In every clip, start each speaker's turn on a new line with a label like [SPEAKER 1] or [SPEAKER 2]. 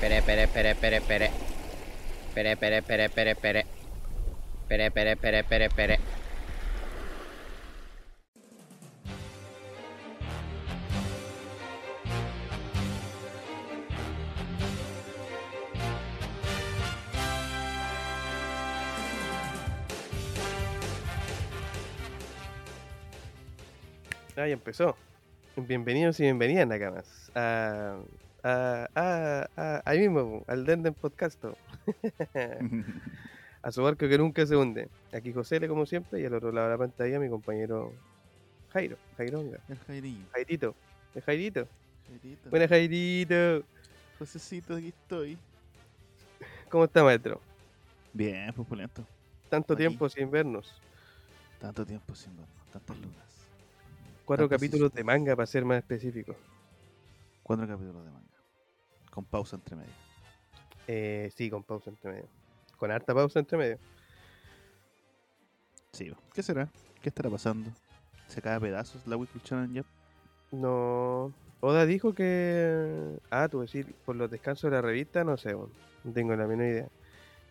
[SPEAKER 1] Pere, pere, pere, pere, pere. Pere, pere, pere, pere, pere. Pere, pere, pere, pere, pere.
[SPEAKER 2] Ahí empezó. Bienvenidos y bienvenidas, Nakamas. A, a, a, a- ahí mismo, al Denden Podcast. a su barco que nunca se hunde. Aquí José, como siempre, y al otro lado de la pantalla mi compañero Jairo, Jaironga,
[SPEAKER 3] El Jairillo.
[SPEAKER 2] Jairito. Es Jairito.
[SPEAKER 3] Jairito.
[SPEAKER 2] Buenas, Jairito.
[SPEAKER 3] Josecito, aquí estoy.
[SPEAKER 2] ¿Cómo está, maestro?
[SPEAKER 3] Bien, pues, pulento.
[SPEAKER 2] Tanto
[SPEAKER 3] Aquí.
[SPEAKER 2] tiempo sin vernos.
[SPEAKER 3] Tanto tiempo sin vernos, tantas lunas.
[SPEAKER 2] Cuatro
[SPEAKER 3] Tanto sin-
[SPEAKER 2] capítulos de manga, para ser más específico.
[SPEAKER 3] Cuatro capítulos de manga. Con pausa entre medio.
[SPEAKER 2] Eh, sí, con pausa entre medio. Con harta pausa entre medio.
[SPEAKER 3] Sí, bo. ¿qué será? ¿Qué estará pasando? ¿Se cae a pedazos la Wicked Challenge?
[SPEAKER 2] No. Oda dijo que. Ah, tú decir, por los descansos de la revista, no sé, weón. no tengo la menor idea.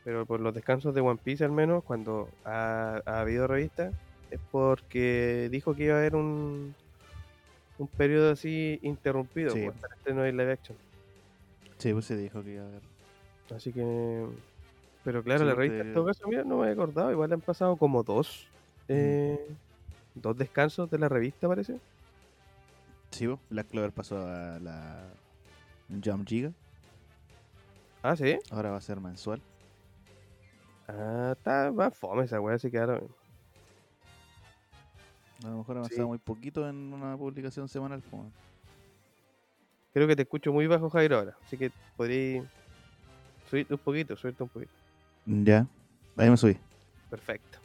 [SPEAKER 2] Pero por los descansos de One Piece, al menos, cuando ha, ha habido revista, es porque dijo que iba a haber un. Un periodo así interrumpido,
[SPEAKER 3] Sí.
[SPEAKER 2] pues, hasta este no hay live action.
[SPEAKER 3] Sí, pues se dijo que iba a haber.
[SPEAKER 2] Así que. Pero claro,
[SPEAKER 3] Sí,
[SPEAKER 2] la
[SPEAKER 3] porque-
[SPEAKER 2] revista en todo caso, mira, no me he acordado. Igual han pasado como dos. eh, dos descansos de la revista, parece.
[SPEAKER 3] Sí, bo. Black Clover pasó a la Jump Giga.
[SPEAKER 2] Ah, sí.
[SPEAKER 3] Ahora va a ser mensual.
[SPEAKER 2] Ah, está más fome esa weá, así que ahora.
[SPEAKER 3] A lo mejor avanzaba muy poquito en una publicación semanal. po, weón.
[SPEAKER 2] Creo que te escucho muy bajo, Jairo, ahora. Así que podrías subirte un poquito, subirte un poquito.
[SPEAKER 3] Ya. Ahí me subí.
[SPEAKER 2] Perfecto.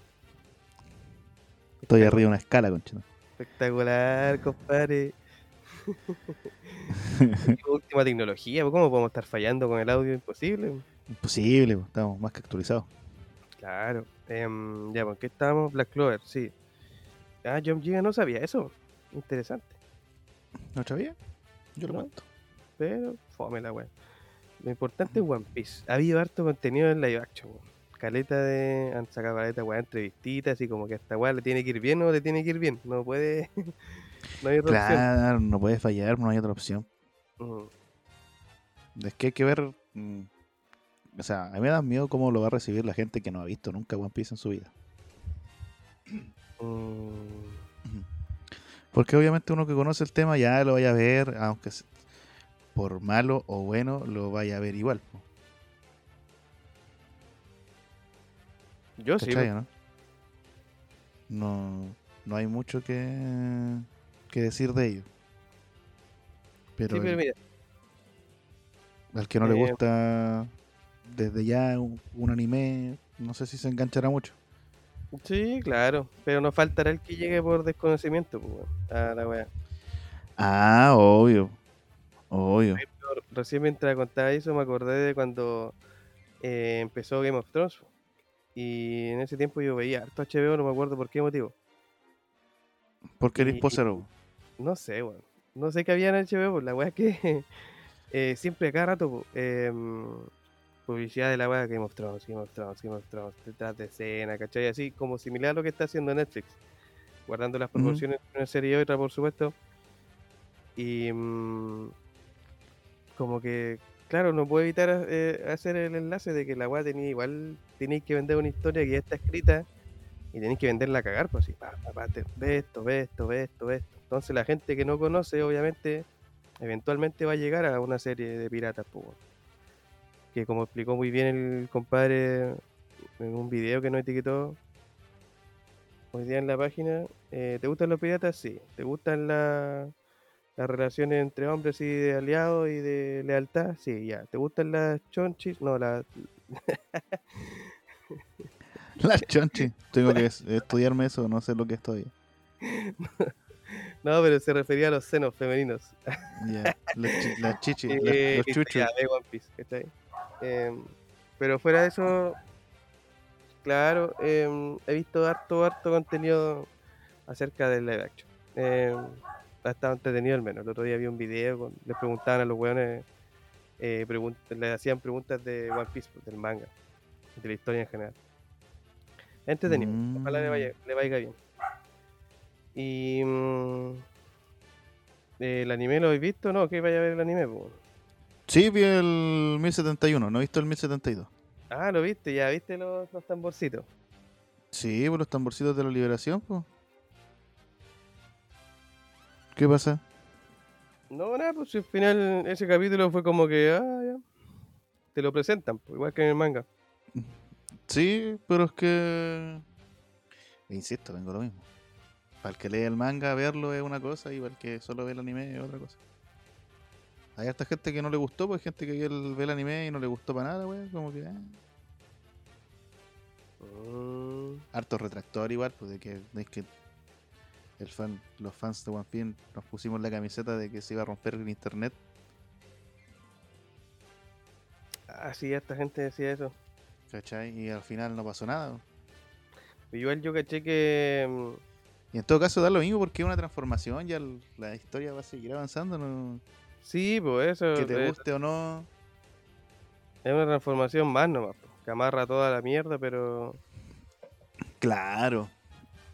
[SPEAKER 3] Estoy arriba de una escala, conchito.
[SPEAKER 2] Espectacular, compadre. Última tecnología, pues, ¿cómo podemos estar fallando con el audio? Imposible.
[SPEAKER 3] Imposible, bo. estamos más que actualizados.
[SPEAKER 2] Claro. Em, ya, ¿por qué estábamos? Black Clover, sí. Ah, John Giga no sabía eso. Interesante.
[SPEAKER 3] ¿No sabía? Yo lo
[SPEAKER 2] No.
[SPEAKER 3] cuento.
[SPEAKER 2] Pero, fome la weá. Lo importante
[SPEAKER 3] Mm.
[SPEAKER 2] es One Piece. Ha habido harto contenido en live action, weón. Caleta de. Han sacado caleta, weá, entrevistitas y como que a esta weá le tiene que ir bien o le tiene que ir bien. No puede. no hay otra opción.
[SPEAKER 3] Claro, no puedes fallar, no hay otra opción.
[SPEAKER 2] Ujú.
[SPEAKER 3] Es que hay que ver. mm, o sea, a mí me da miedo cómo lo va a recibir la gente que no ha visto nunca One Piece en su vida.
[SPEAKER 2] Mm,
[SPEAKER 3] Porque obviamente uno que conoce el tema ya lo vaya a ver, aunque se- por malo o bueno, lo vaya a ver igual. po,
[SPEAKER 2] Yo sí. pues.
[SPEAKER 3] ¿cachai, no? No, no hay mucho que, que decir de ello. Pero,
[SPEAKER 2] sí, pero
[SPEAKER 3] el-
[SPEAKER 2] mira,
[SPEAKER 3] al que no le
[SPEAKER 2] eh,
[SPEAKER 3] gusta desde ya un- un anime, no sé si se enganchará mucho.
[SPEAKER 2] sí, claro. Pero no faltará el que llegue por desconocimiento, pues, weón, a la weá.
[SPEAKER 3] Ah, obvio. Obvio.
[SPEAKER 2] Recién mientras contaba eso me acordé de cuando eh, empezó Game of Thrones. po. Y en ese tiempo yo veía harto HBO, no me acuerdo por qué motivo.
[SPEAKER 3] Porque
[SPEAKER 2] Y-
[SPEAKER 3] eres posero.
[SPEAKER 2] No sé, weón. No sé qué había en HBO, pues la weá es que eh, siempre a cada rato po, em, publicidad de la weá Game of Thrones, Game of Thrones, Game of Thrones, detrás de escena, ¿cachai? Así como similar a lo que está haciendo Netflix. Guardando las
[SPEAKER 3] Ujú.
[SPEAKER 2] proporciones entre una serie y otra, por supuesto. Y mm, como que, claro, no puedo evitar eh, hacer el enlace de que la weá tenía igual, tenéis que vender una historia que ya está escrita y tenéis que venderla a cagar, pues así, pa, pa, pa, te- ve esto, ve esto, ve esto, ve esto. Entonces la gente que no conoce, obviamente, eventualmente va a llegar a una serie de piratas, pues, weón. que como explicó muy bien el compadre en un video que no etiquetó hoy día en la página, eh, ¿te gustan los piratas? Sí. ¿Te gustan la- las relaciones entre hombres y de aliados y de lealtad? Sí, ya. ¿Te gustan las chonchis? No, las...
[SPEAKER 3] La chonchi. Tengo que es- estudiarme eso, no sé lo que es todavía.
[SPEAKER 2] No, pero se refería a los senos femeninos.
[SPEAKER 3] Ya. La, chi- la chichi, la-
[SPEAKER 2] Eh,
[SPEAKER 3] los
[SPEAKER 2] que
[SPEAKER 3] chuchos.
[SPEAKER 2] sea de One Piece, ¿cachai? Em, pero fuera de eso, claro, em, he visto harto, harto contenido acerca del live action. Em, ha estado entretenido al menos. El otro día vi un video, con- les preguntaban a los weones eh, pregun- le hacían preguntas de One Piece, pues, del manga, de la historia en general. Entretenido,
[SPEAKER 3] Mm.
[SPEAKER 2] ojalá le vaya, le vaya bien. Y. mm, ¿El anime lo habéis visto? No, que vaya a ver el anime, po.
[SPEAKER 3] Sí, vi el 1071, no he visto el 1072.
[SPEAKER 2] Ah, lo viste, ya viste los, los tamborcitos.
[SPEAKER 3] Sí, pues los tamborcitos de la liberación, pues. ¿Qué pasa?
[SPEAKER 2] No, nada, pues si al final ese capítulo fue como que, ah, ya. Te lo presentan, pues, igual que en el manga.
[SPEAKER 3] Sí, pero es que. e Insisto, vengo lo mismo. Para el que lee el manga, verlo es una cosa y para el que solo ve el anime es otra cosa. Hay hasta gente que no le gustó, pues hay gente que vio el- ve el anime y no le gustó para nada, wey. Como que. eh.
[SPEAKER 2] Mm,
[SPEAKER 3] Harto retractor igual, pues de que, de que el fan, los fans de One Piece nos pusimos la camiseta de que se iba a romper el internet.
[SPEAKER 2] Ah, sí, esta gente decía eso.
[SPEAKER 3] ¿Cachai? Y al final no pasó nada.
[SPEAKER 2] Igual yo caché que. mm,
[SPEAKER 3] Y en todo caso da lo mismo porque es una transformación, ya l- la historia va a seguir avanzando, no-
[SPEAKER 2] Sí, pues eso.
[SPEAKER 3] que te
[SPEAKER 2] eh,
[SPEAKER 3] guste o no.
[SPEAKER 2] Es una transformación más nomás, po, que amarra toda la mierda, pero.
[SPEAKER 3] Claro.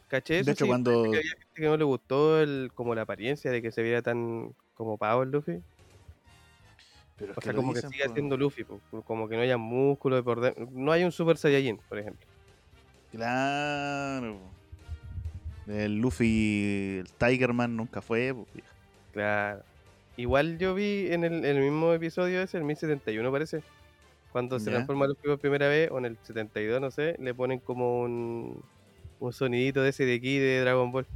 [SPEAKER 2] Caché eso.
[SPEAKER 3] de hecho,
[SPEAKER 2] sí,
[SPEAKER 3] cuando...
[SPEAKER 2] que había gente que no le gustó el, como la apariencia de que se viera tan como pavo el Luffy.
[SPEAKER 3] Pero es
[SPEAKER 2] O sea,
[SPEAKER 3] lo
[SPEAKER 2] como
[SPEAKER 3] dicen, pues.
[SPEAKER 2] que sigue
[SPEAKER 3] po,
[SPEAKER 2] siendo Luffy, po, como que no haya músculo de por dentro. No hay un Super Saiyajin, por ejemplo.
[SPEAKER 3] Claro. po. El Luffy, el Tigerman nunca fue. pues, po, vieja.
[SPEAKER 2] Claro. Igual yo vi en el, el mismo episodio ese, el 1071 parece, cuando se
[SPEAKER 3] Ya.
[SPEAKER 2] transforma Luffy por primera vez, o en el 72, no sé, le ponen como un, un sonidito de ese de aquí de Dragon Ball,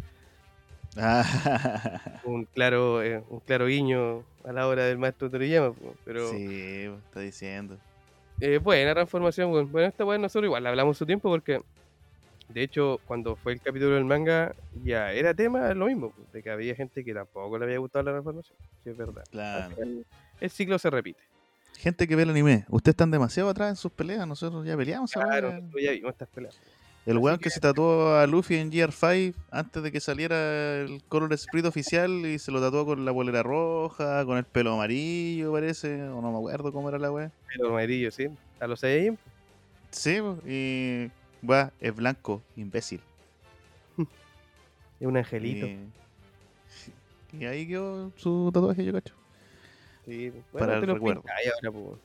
[SPEAKER 3] Ah,
[SPEAKER 2] un claro, eh, un claro guiño a la hora del maestro Toriyama, po, pero
[SPEAKER 3] Sí, po, está diciendo.
[SPEAKER 2] eh, buena transformación, weón. bueno, esta weá nosotros igual la hablamos su tiempo porque, de hecho, cuando fue el capítulo del manga, ya era tema lo mismo, po, de que había gente que tampoco le había gustado la transformación, sí es verdad. Al
[SPEAKER 3] Claro.
[SPEAKER 2] final, El ciclo se repite.
[SPEAKER 3] Gente que ve el anime, ustedes están demasiado atrás en sus peleas, nosotros ya peleamos.
[SPEAKER 2] Claro,
[SPEAKER 3] ahora.
[SPEAKER 2] nosotros ya vimos estas peleas.
[SPEAKER 3] El
[SPEAKER 2] Así
[SPEAKER 3] weón
[SPEAKER 2] que-
[SPEAKER 3] que se tatuó a Luffy en GR5 antes de que saliera el Color Split oficial y se lo tatuó con la bolera roja, con el pelo amarillo, parece, o no me acuerdo cómo era la weá.
[SPEAKER 2] Pero amarillo, sí. A los Saiyajin.
[SPEAKER 3] Sí, po, y. Weá, es blanco, imbécil.
[SPEAKER 2] Es un angelito.
[SPEAKER 3] Y, y ahí quedó su tatuaje, yo cacho.
[SPEAKER 2] Sí. Bueno,
[SPEAKER 3] para el
[SPEAKER 2] te lo
[SPEAKER 3] recuerdo.
[SPEAKER 2] pintáis ahora, po,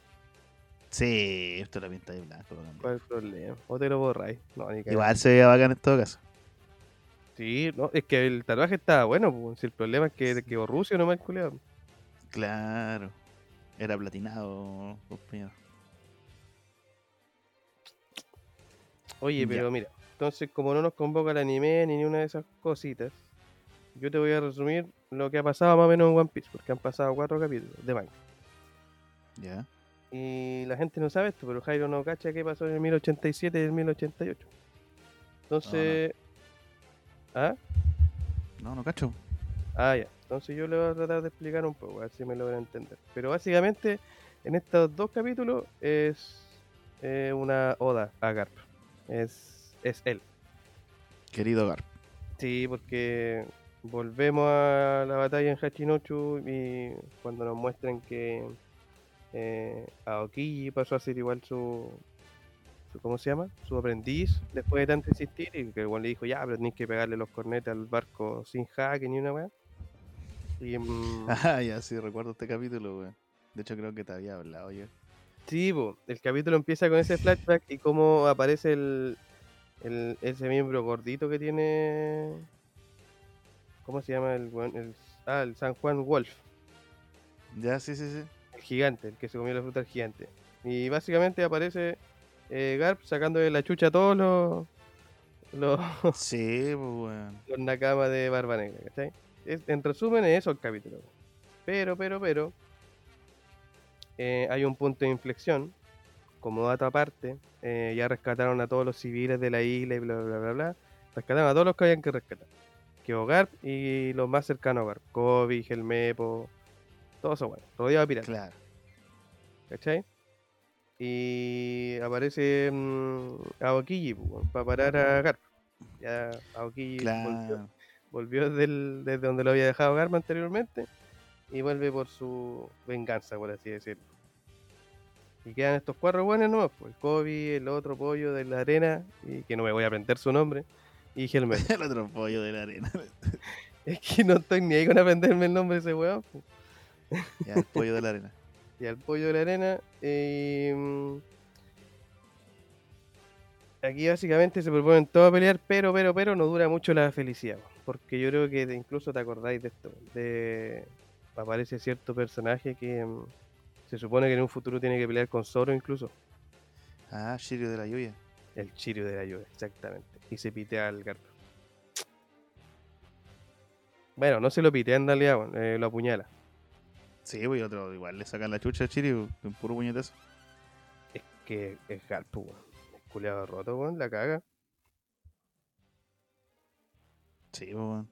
[SPEAKER 3] Sí, esto la pinta de blanco. lo cambié.
[SPEAKER 2] ¿Cuál es el problema? O te lo borráis. No, ni cagando.
[SPEAKER 3] Igual se veía bacán en todo caso.
[SPEAKER 2] Sí, no, es que el tatuaje estaba bueno, po. Si el problema es que quedó rucio nomás, culiado.
[SPEAKER 3] Claro. Era platinado, pues, compañero.
[SPEAKER 2] Oye,
[SPEAKER 3] Ya.
[SPEAKER 2] pero mira. Entonces, como no nos convoca el anime ni ninguna de esas cositas, yo te voy a resumir lo que ha pasado más o menos en One Piece, porque han pasado cuatro capítulos de manga.
[SPEAKER 3] Ya.
[SPEAKER 2] Y la gente no sabe esto, pero Jairo no cacha qué pasó en el 1087 y el 1088. Entonces. ¿Ah?
[SPEAKER 3] No, no cacho.
[SPEAKER 2] Ah, ya. Entonces yo le voy a tratar de explicar un poco, a ver si me logran entender. Pero básicamente, en estos dos capítulos es eh, una oda a Garp. Es, es él.
[SPEAKER 3] Querido Garp.
[SPEAKER 2] Sí, porque volvemos a la batalla en Hachinochu y cuando nos muestran que eh, Aokiji pasó a ser igual su, su- ¿Cómo se llama? Su aprendiz después de tanto insistir y que el weón le dijo, ya, pero tenés que pegarle los cornetes al barco sin jaque ni una weá. Y, mm,
[SPEAKER 3] Ah, ya sí, recuerdo este capítulo, weón. De hecho, creo que te había hablado yo.
[SPEAKER 2] Sí, po, el capítulo empieza con ese flashback y cómo aparece el, el- ese miembro gordito que tiene. ¿Cómo se llama el weón? El, ah, el San Juan Wolf,
[SPEAKER 3] Ya, sí, sí, sí.
[SPEAKER 2] el gigante, el que se comió la fruta del gigante. Y básicamente aparece eh, Garp sacándole la chucha a todos los, los,
[SPEAKER 3] Sí, pues, weón.
[SPEAKER 2] los Nakama de Barba Negra, ¿cachai? Es- en resumen, es eso el capítulo. Pero, pero, pero, eh, hay un punto de inflexión. Como dato aparte, eh, ya rescataron a todos los civiles de la isla y bla, bla, bla, bla. Rescataron a todos los que habían que rescatar. Que Garp y los más cercanos a Garp. Kobe, Gelmepo, todo eso, bueno. Rodeado de piratas.
[SPEAKER 3] Claro.
[SPEAKER 2] ¿cachai? Y aparece mm, Aokiji para parar a Garp. Ya Aokiji volvió,
[SPEAKER 3] Claro.
[SPEAKER 2] volvió del- desde donde lo había dejado Garp anteriormente y vuelve por su venganza, por así decirlo. Y quedan estos cuatro buenos nomás, pues, el Kobe, el otro pollo de la arena, y que no me voy a aprender su nombre, y Helmet.
[SPEAKER 3] El otro pollo de la arena.
[SPEAKER 2] es que no estoy ni ahí con aprenderme el nombre de ese weón. pues.
[SPEAKER 3] ya, el pollo de la arena.
[SPEAKER 2] y al pollo de la arena. eh, mm, aquí básicamente se proponen todos a pelear, pero, pero, pero no dura mucho la felicidad. po, Porque yo creo que te- incluso te acordáis de esto. De, aparece cierto personaje que mm, se supone que en un futuro tiene que pelear con Zoro incluso.
[SPEAKER 3] Ah, Shirio de la lluvia.
[SPEAKER 2] El Chirio de la lluvia, exactamente. Y se pitea al gato. Bueno, no se lo pitea en realidad, weón, eh, lo apuñala.
[SPEAKER 3] Sí, pues y otro igual le sacan la chucha a Shirio de un puro puñetazo.
[SPEAKER 2] Es que es Galpo, weón. Es culiado roto, weón, la caga.
[SPEAKER 3] Sí, pues, weón.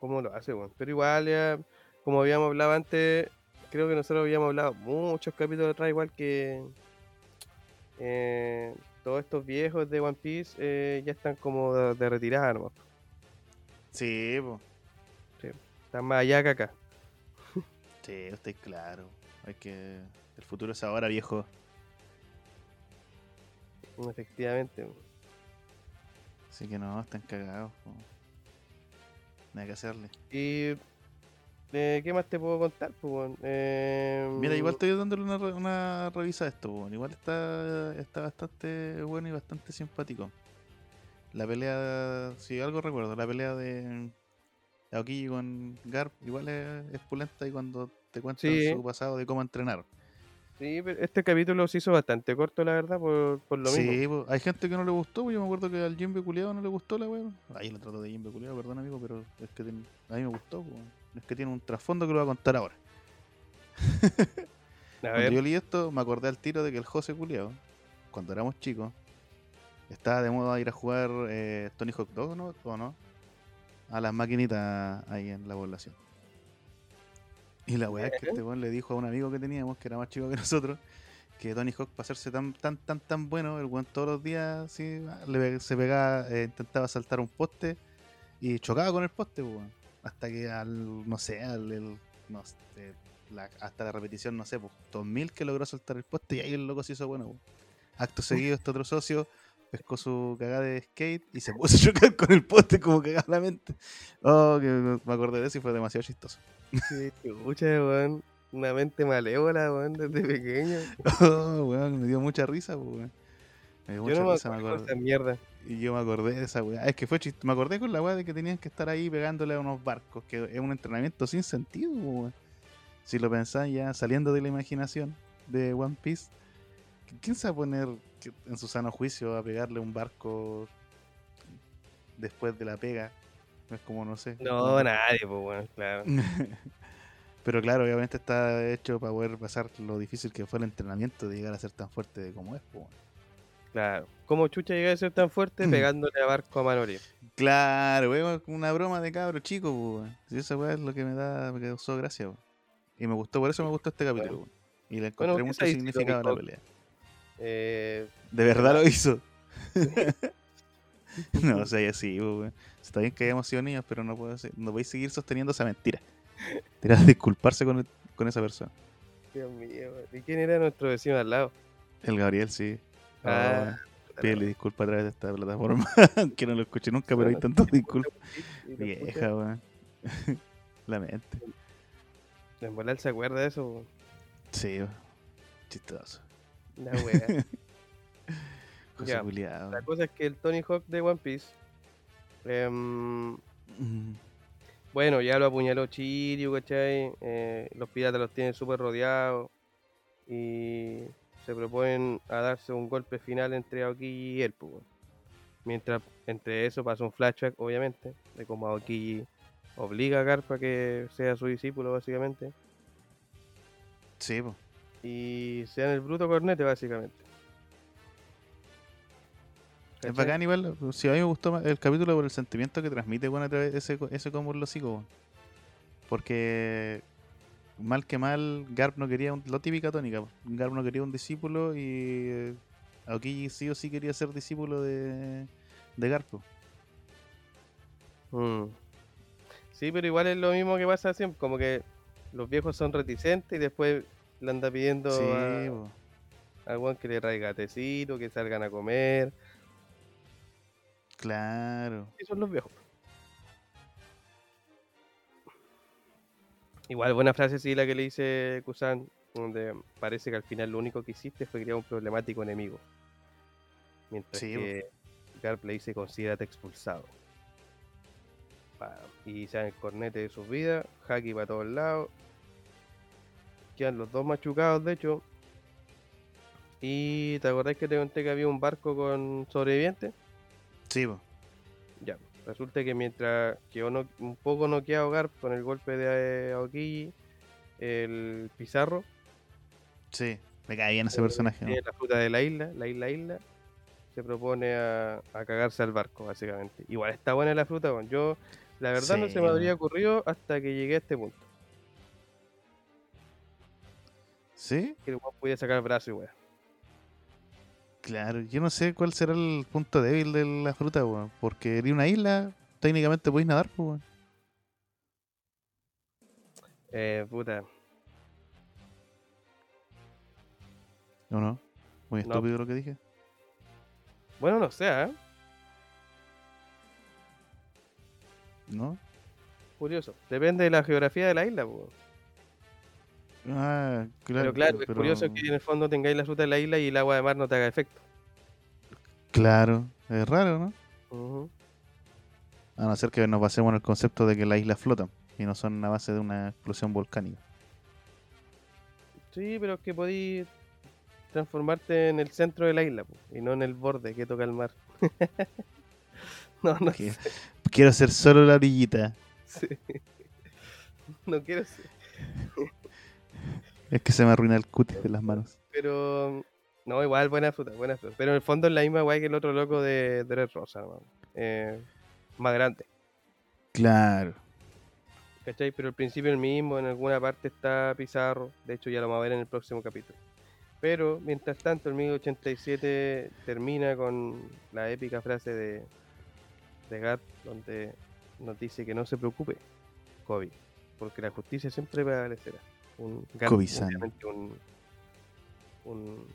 [SPEAKER 2] cómo lo hace, weón. Pero igual, ya, como habíamos hablado antes, creo que nosotros habíamos hablado muchos capítulos atrás, igual que eh, todos estos viejos de One Piece eh, ya están como de, de retirada, nomás.
[SPEAKER 3] Sí, pues.
[SPEAKER 2] Están más allá que acá.
[SPEAKER 3] Sí, usted claro. Hay que. El futuro es ahora, viejo.
[SPEAKER 2] Efectivamente, weón.
[SPEAKER 3] Así que no, están cagados. po. Nada que hacerle.
[SPEAKER 2] Y. eh, ¿Qué más te puedo contar, pues, weón? Eh,
[SPEAKER 3] Mira, igual estoy dándole una, re- una revisa a esto, weón. Igual está, está bastante bueno y bastante simpático. La pelea, si algo recuerdo, la pelea de Aokiji con Garp igual es, es pulenta y cuando te cuentan
[SPEAKER 2] Sí.
[SPEAKER 3] su pasado de cómo entrenar.
[SPEAKER 2] Sí, pero este capítulo se hizo bastante corto, la verdad, por, por lo mismo.
[SPEAKER 3] Sí, po, hay gente que no le gustó, po, yo me acuerdo que al Jimbe Culeado no le gustó la pues. weón. Ahí lo trato de Jimbe Culeado, perdón amigo, pero es que ten- a mí me gustó, po, weón. es que tiene un trasfondo que lo voy a contar ahora.
[SPEAKER 2] A
[SPEAKER 3] Cuando
[SPEAKER 2] ver,
[SPEAKER 3] yo leí esto, me acordé al tiro de que el José Culeado, cuando éramos chicos, estaba de moda ir a jugar eh, Tony Hawk 2, ¿no? ¿O no? A las maquinitas ahí en la población. Y la weá es
[SPEAKER 2] ¿Eh?
[SPEAKER 3] que este weón le dijo a un amigo que teníamos, que era más chico que nosotros, que Tony Hawk, para hacerse tan, tan, tan, tan bueno, el weón todos los días sí, le pe- se pegaba, eh, intentaba saltar un poste y chocaba con el poste, pues, weón. Hasta que al, no sé, al, el- no sé, la- hasta la repetición, no sé, pues 2000 que logró soltar el poste y ahí el loco se hizo bueno. pues. Acto seguido, este otro socio pescó su cagada de skate y se puso a chocar con el poste como cagadamente. Oh, que me me acordé de eso y fue demasiado chistoso.
[SPEAKER 2] sí, chucha, weón. Una mente malévola, weón, desde pequeño.
[SPEAKER 3] Oh, weón, me dio mucha risa, pues, weón. Me
[SPEAKER 2] Yo
[SPEAKER 3] dio mucha
[SPEAKER 2] no me
[SPEAKER 3] risa, me
[SPEAKER 2] acuerdo de
[SPEAKER 3] acuerdo.
[SPEAKER 2] esa mierda.
[SPEAKER 3] Y yo me acordé de esa weá. Es que fue chistoso. Me acordé con la weá de que tenían que estar ahí pegándole a unos barcos, que es un entrenamiento sin sentido, po, weón. Si lo pensás ya saliendo de la imaginación de One Piece, ¿qui- ¿quién se va a poner que- en su sano juicio a pegarle un barco después de la pega? No es como, no sé.
[SPEAKER 2] No, nadie, pues bueno, claro.
[SPEAKER 3] Pero claro, obviamente está hecho para poder pasar lo difícil que fue el entrenamiento de llegar a ser tan fuerte como es, po, weón.
[SPEAKER 2] Claro. ¿Cómo Chucha llega a ser tan fuerte
[SPEAKER 3] Mm.
[SPEAKER 2] pegándole a barco a Manolio?
[SPEAKER 3] Claro, weón, una broma de cabro chico, po, weón. Si esa weá es lo que me da, me causó gracia, weón. Y me gustó, por eso me gustó este capítulo, weón. Y le encontré
[SPEAKER 2] Bueno,
[SPEAKER 3] mucho
[SPEAKER 2] quizá ahí sí lo
[SPEAKER 3] significado a la
[SPEAKER 2] dijo.
[SPEAKER 3] pelea.
[SPEAKER 2] Eh,
[SPEAKER 3] De verdad lo hizo. no, o sea, ya sí, po, weón. Está bien que hayamos sido niños, pero no puedo ser- no podéis seguir sosteniendo esa mentira. Tendrás que disculparse con, el- con esa persona.
[SPEAKER 2] Dios mío, weón. ¿y quién era nuestro vecino al lado?
[SPEAKER 3] El Gabriel, sí.
[SPEAKER 2] Ah,
[SPEAKER 3] Ah, pídele disculpas a través de esta plataforma. que no lo escuché nunca, pero hay
[SPEAKER 2] Bueno,
[SPEAKER 3] tantas
[SPEAKER 2] sí, escucha,
[SPEAKER 3] disculpas.
[SPEAKER 2] Y lo escucha.
[SPEAKER 3] Vieja, weón. la mente.
[SPEAKER 2] En volar se acuerda de eso, weón.
[SPEAKER 3] Sí, weón. chistoso.
[SPEAKER 2] la wea.
[SPEAKER 3] José
[SPEAKER 2] Ya,
[SPEAKER 3] culiao.
[SPEAKER 2] La cosa es que el Tony Hawk de One Piece. em,
[SPEAKER 3] Mm.
[SPEAKER 2] bueno, ya lo apuñaló Chirio, ¿cachai? Eh, los piratas los tienen súper rodeados. Y se proponen a darse un golpe final entre Aokiji y él, pues, weón. Mientras entre eso pasa un flashback, obviamente, de cómo Aokiji obliga a Garpa que sea su discípulo, básicamente.
[SPEAKER 3] Sí, po.
[SPEAKER 2] Y sean el bruto cornete, básicamente. ¿Cachai?
[SPEAKER 3] es bacán igual. Si a mí me gustó más el capítulo por el sentimiento que transmite bueno, a través de ese, co- ese combo en los hocico, weón. Porque mal que mal, Garp no quería un, la típica tónica. po. Garp no quería un discípulo y eh, Aokiji sí o sí quería ser discípulo de, de Garp. po.
[SPEAKER 2] Mm. Sí, pero igual es lo mismo que pasa siempre, como que los viejos son reticentes y después le anda pidiendo
[SPEAKER 3] Sí,
[SPEAKER 2] a-
[SPEAKER 3] po.
[SPEAKER 2] al weón que le traiga tecito, que salgan a comer.
[SPEAKER 3] claro.
[SPEAKER 2] Y son los viejos. Igual, buena frase sí la que le dice Kusan, donde parece que al final lo único que hiciste fue crear un problemático enemigo. Mientras
[SPEAKER 3] Sí, bo.
[SPEAKER 2] que Garp le dice, considérate expulsado. Pa, y sean el cornete de sus vidas, Haki para todos lados. Quedan los dos machucados, de hecho. Y te acordás que te conté que había un barco con sobrevivientes.
[SPEAKER 3] Sí, po.
[SPEAKER 2] Ya, resulta que mientras quedó no- un poco noqueado Garp con el golpe de eh, Aokiji, el Pizarro
[SPEAKER 3] sí. Me caía en ese
[SPEAKER 2] Eh,
[SPEAKER 3] personaje. ¿no?
[SPEAKER 2] tiene la fruta de la isla, la isla isla, se propone a, a cagarse al barco, básicamente. Igual está buena la fruta, weón. yo la verdad no se
[SPEAKER 3] Sí,
[SPEAKER 2] me
[SPEAKER 3] weón.
[SPEAKER 2] habría ocurrido hasta que llegué a este punto,
[SPEAKER 3] Sí,
[SPEAKER 2] que el weón podía sacar brazo y weón.
[SPEAKER 3] claro. Yo no sé cuál será el punto débil de la fruta, weón. Porque en una isla técnicamente podéis nadar, po, weón.
[SPEAKER 2] Eh, puta,
[SPEAKER 3] ¿O no? Muy
[SPEAKER 2] No.
[SPEAKER 3] estúpido lo que dije.
[SPEAKER 2] bueno, no sea, ¿eh?
[SPEAKER 3] ¿No?
[SPEAKER 2] curioso, depende de la geografía de la isla, po.
[SPEAKER 3] Ah, claro.
[SPEAKER 2] pero claro, es
[SPEAKER 3] pero-
[SPEAKER 2] curioso que en el fondo tengáis la fruta de la isla y el agua de mar no te haga efecto.
[SPEAKER 3] Claro, es raro, ¿no?
[SPEAKER 2] Ujú.
[SPEAKER 3] A no ser que nos basemos en el concepto de que las islas flotan y no son a base de una explosión volcánica.
[SPEAKER 2] Sí, pero es que podí transformarte en el centro de la isla po, y no en el borde que toca el mar. no, no,
[SPEAKER 3] Que- Quiero ser solo la orillita.
[SPEAKER 2] sé. no quiero ser.
[SPEAKER 3] Es que se me arruina el cutis de las manos.
[SPEAKER 2] Pero no, igual buena fruta, buena fruta. Pero en el fondo es la misma guay que el otro loco de Dres Rosa, man. Eh, más grande.
[SPEAKER 3] Claro.
[SPEAKER 2] ¿Cachai? Pero al principio el mismo, en alguna parte está Pizarro. De hecho, ya lo vamos a ver en el próximo capítulo. Pero, mientras tanto, el 1087 termina con la épica frase de, de Gat, donde nos dice que no se preocupe, Kobe, porque la justicia siempre prevalecerá. Un Gat,
[SPEAKER 3] Kobe-san.
[SPEAKER 2] obviamente, un, un,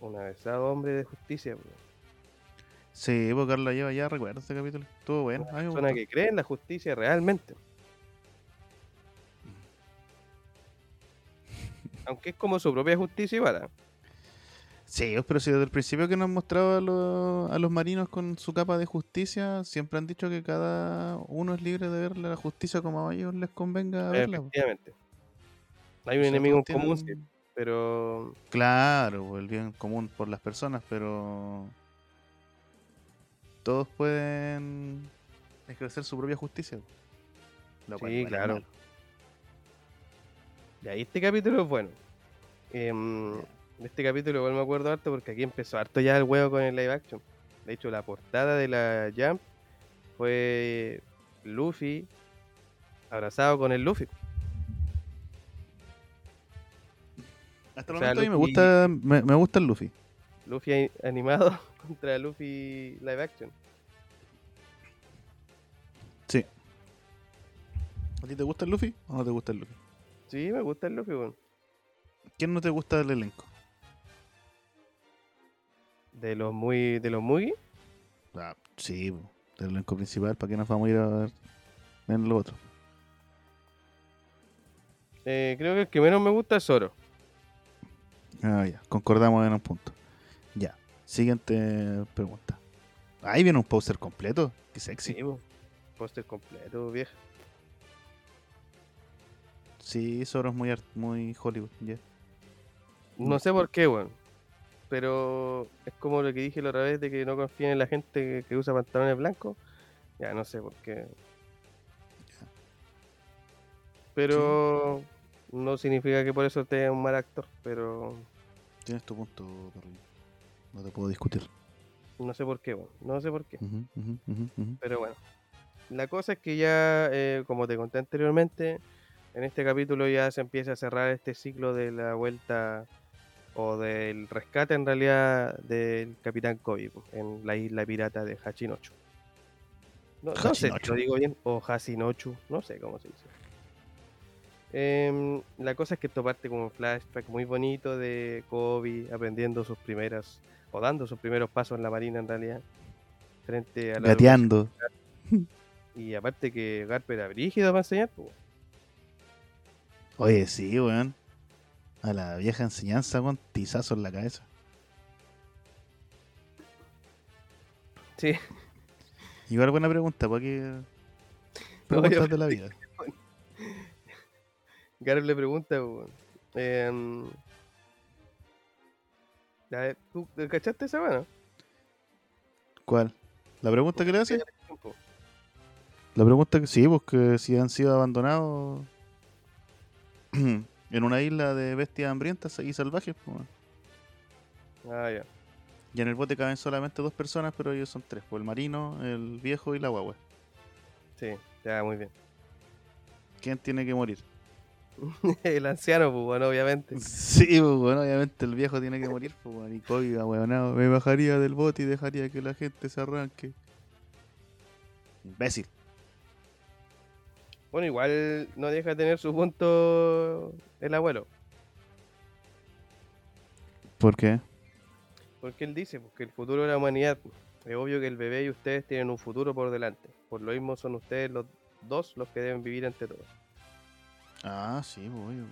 [SPEAKER 2] un avesado hombre de justicia, pues,
[SPEAKER 3] Sí, porque la lleva ya, recuerdo este capítulo. Estuvo bueno.
[SPEAKER 2] una
[SPEAKER 3] a mí me
[SPEAKER 2] persona
[SPEAKER 3] gustó.
[SPEAKER 2] que cree en la justicia realmente. Aunque es como su propia justicia igual. ¿ah?
[SPEAKER 3] Sí, pero si desde el principio que nos han mostrado a los, a los marinos con su capa de justicia, siempre han dicho que cada uno es libre de ver la justicia como a ellos les convenga verla. po.
[SPEAKER 2] Efectivamente. Hay un
[SPEAKER 3] O sea,
[SPEAKER 2] enemigo en
[SPEAKER 3] todos
[SPEAKER 2] común, sí,
[SPEAKER 3] tienen-
[SPEAKER 2] pero
[SPEAKER 3] Claro, po, el bien común por las personas, pero todos pueden ejercer su propia justicia. po. Lo cual
[SPEAKER 2] Sí,
[SPEAKER 3] igual es
[SPEAKER 2] claro.
[SPEAKER 3] malo.
[SPEAKER 2] ya, y este capítulo es bueno. Em, de este capítulo igual me acuerdo harto porque aquí empezó harto ya el huevo con el live action. De hecho, la portada de la Jump fue Luffy abrazado con el Luffy.
[SPEAKER 3] Hasta
[SPEAKER 2] O
[SPEAKER 3] el
[SPEAKER 2] sea,
[SPEAKER 3] momento a mí me
[SPEAKER 2] Luffy-
[SPEAKER 3] gusta, me, me gusta el Luffy.
[SPEAKER 2] Luffy ani- animado contra Luffy live action.
[SPEAKER 3] ¿A ti te gusta el Luffy o no te gusta el Luffy?
[SPEAKER 2] Sí, me gusta el Luffy, weón.
[SPEAKER 3] ¿Quién no te gusta del elenco?
[SPEAKER 2] De los muy. de los muy.
[SPEAKER 3] Ah, sí, po, del elenco principal, ¿para qué nos vamos a ir a ver en lo otro?
[SPEAKER 2] eh, creo que el que menos me gusta es Zoro.
[SPEAKER 3] Ah, ya, concordamos en un punto. Ya, siguiente pregunta. Ahí viene un póster completo, qué sexy.
[SPEAKER 2] po. Póster completo, vieja.
[SPEAKER 3] Sí, Zoro es muy, art- muy Hollywood, ya.
[SPEAKER 2] No sé por qué, weón. Pero es como lo que dije la otra vez de que no confíen en la gente que, que usa pantalones blancos. Ya, no sé por qué. Pero no significa que por eso esté un mal actor, pero
[SPEAKER 3] Tienes tu punto, Torrillo. No te puedo discutir.
[SPEAKER 2] no sé por qué, weón. No sé por qué.
[SPEAKER 3] Ujú, ujú, ujú, ujú.
[SPEAKER 2] Pero bueno, la cosa es que ya, eh, como te conté anteriormente, en este capítulo ya se empieza a cerrar este ciclo de la vuelta o del rescate en realidad del capitán Kobe po, en la isla pirata de Hachinochu. No, no sé si
[SPEAKER 3] Hachinochu.
[SPEAKER 2] lo digo bien, o Hachinochu, no sé cómo se dice. Em, la cosa es que esto parte como un flashback muy bonito de Kobe aprendiendo sus primeras, o dando sus primeros pasos en la marina en realidad, frente a la
[SPEAKER 3] Gateando.
[SPEAKER 2] Y aparte que Garper era brígido para enseñar, pues.
[SPEAKER 3] Oye, sí, weón. A la vieja enseñanza, weón. Tizazo en la cabeza.
[SPEAKER 2] Sí.
[SPEAKER 3] Igual buena pregunta, ¿para qué? Preguntas de la vida.
[SPEAKER 2] Garp le pregunta, weón. em, a ver, ¿tú cachaste esa mano?
[SPEAKER 3] ¿Cuál? ¿La pregunta que le hace? La pregunta que sí, pues que si han sido abandonados en una isla de bestias hambrientas y salvajes. pues, weón.
[SPEAKER 2] Ah, ya.
[SPEAKER 3] Y en el bote caben solamente dos personas, pero ellos son tres. Pues el marino, el viejo y la guagua.
[SPEAKER 2] Sí, ya, muy bien.
[SPEAKER 3] ¿Quién tiene que morir?
[SPEAKER 2] El anciano, pues, bueno, obviamente.
[SPEAKER 3] Sí, pues, bueno, obviamente el viejo tiene que morir, pues, bueno, y Kobe, ahueonado, me bajaría del bote y dejaría que la gente se arranque. Imbécil.
[SPEAKER 2] Bueno, igual no deja de tener su punto el abuelo.
[SPEAKER 3] ¿Por qué?
[SPEAKER 2] Porque él dice pues, que el futuro de la humanidad. Es obvio que el bebé y ustedes tienen un futuro por delante. Por lo mismo son ustedes los dos los que deben vivir ante todos.
[SPEAKER 3] Ah, sí, voy, viejo.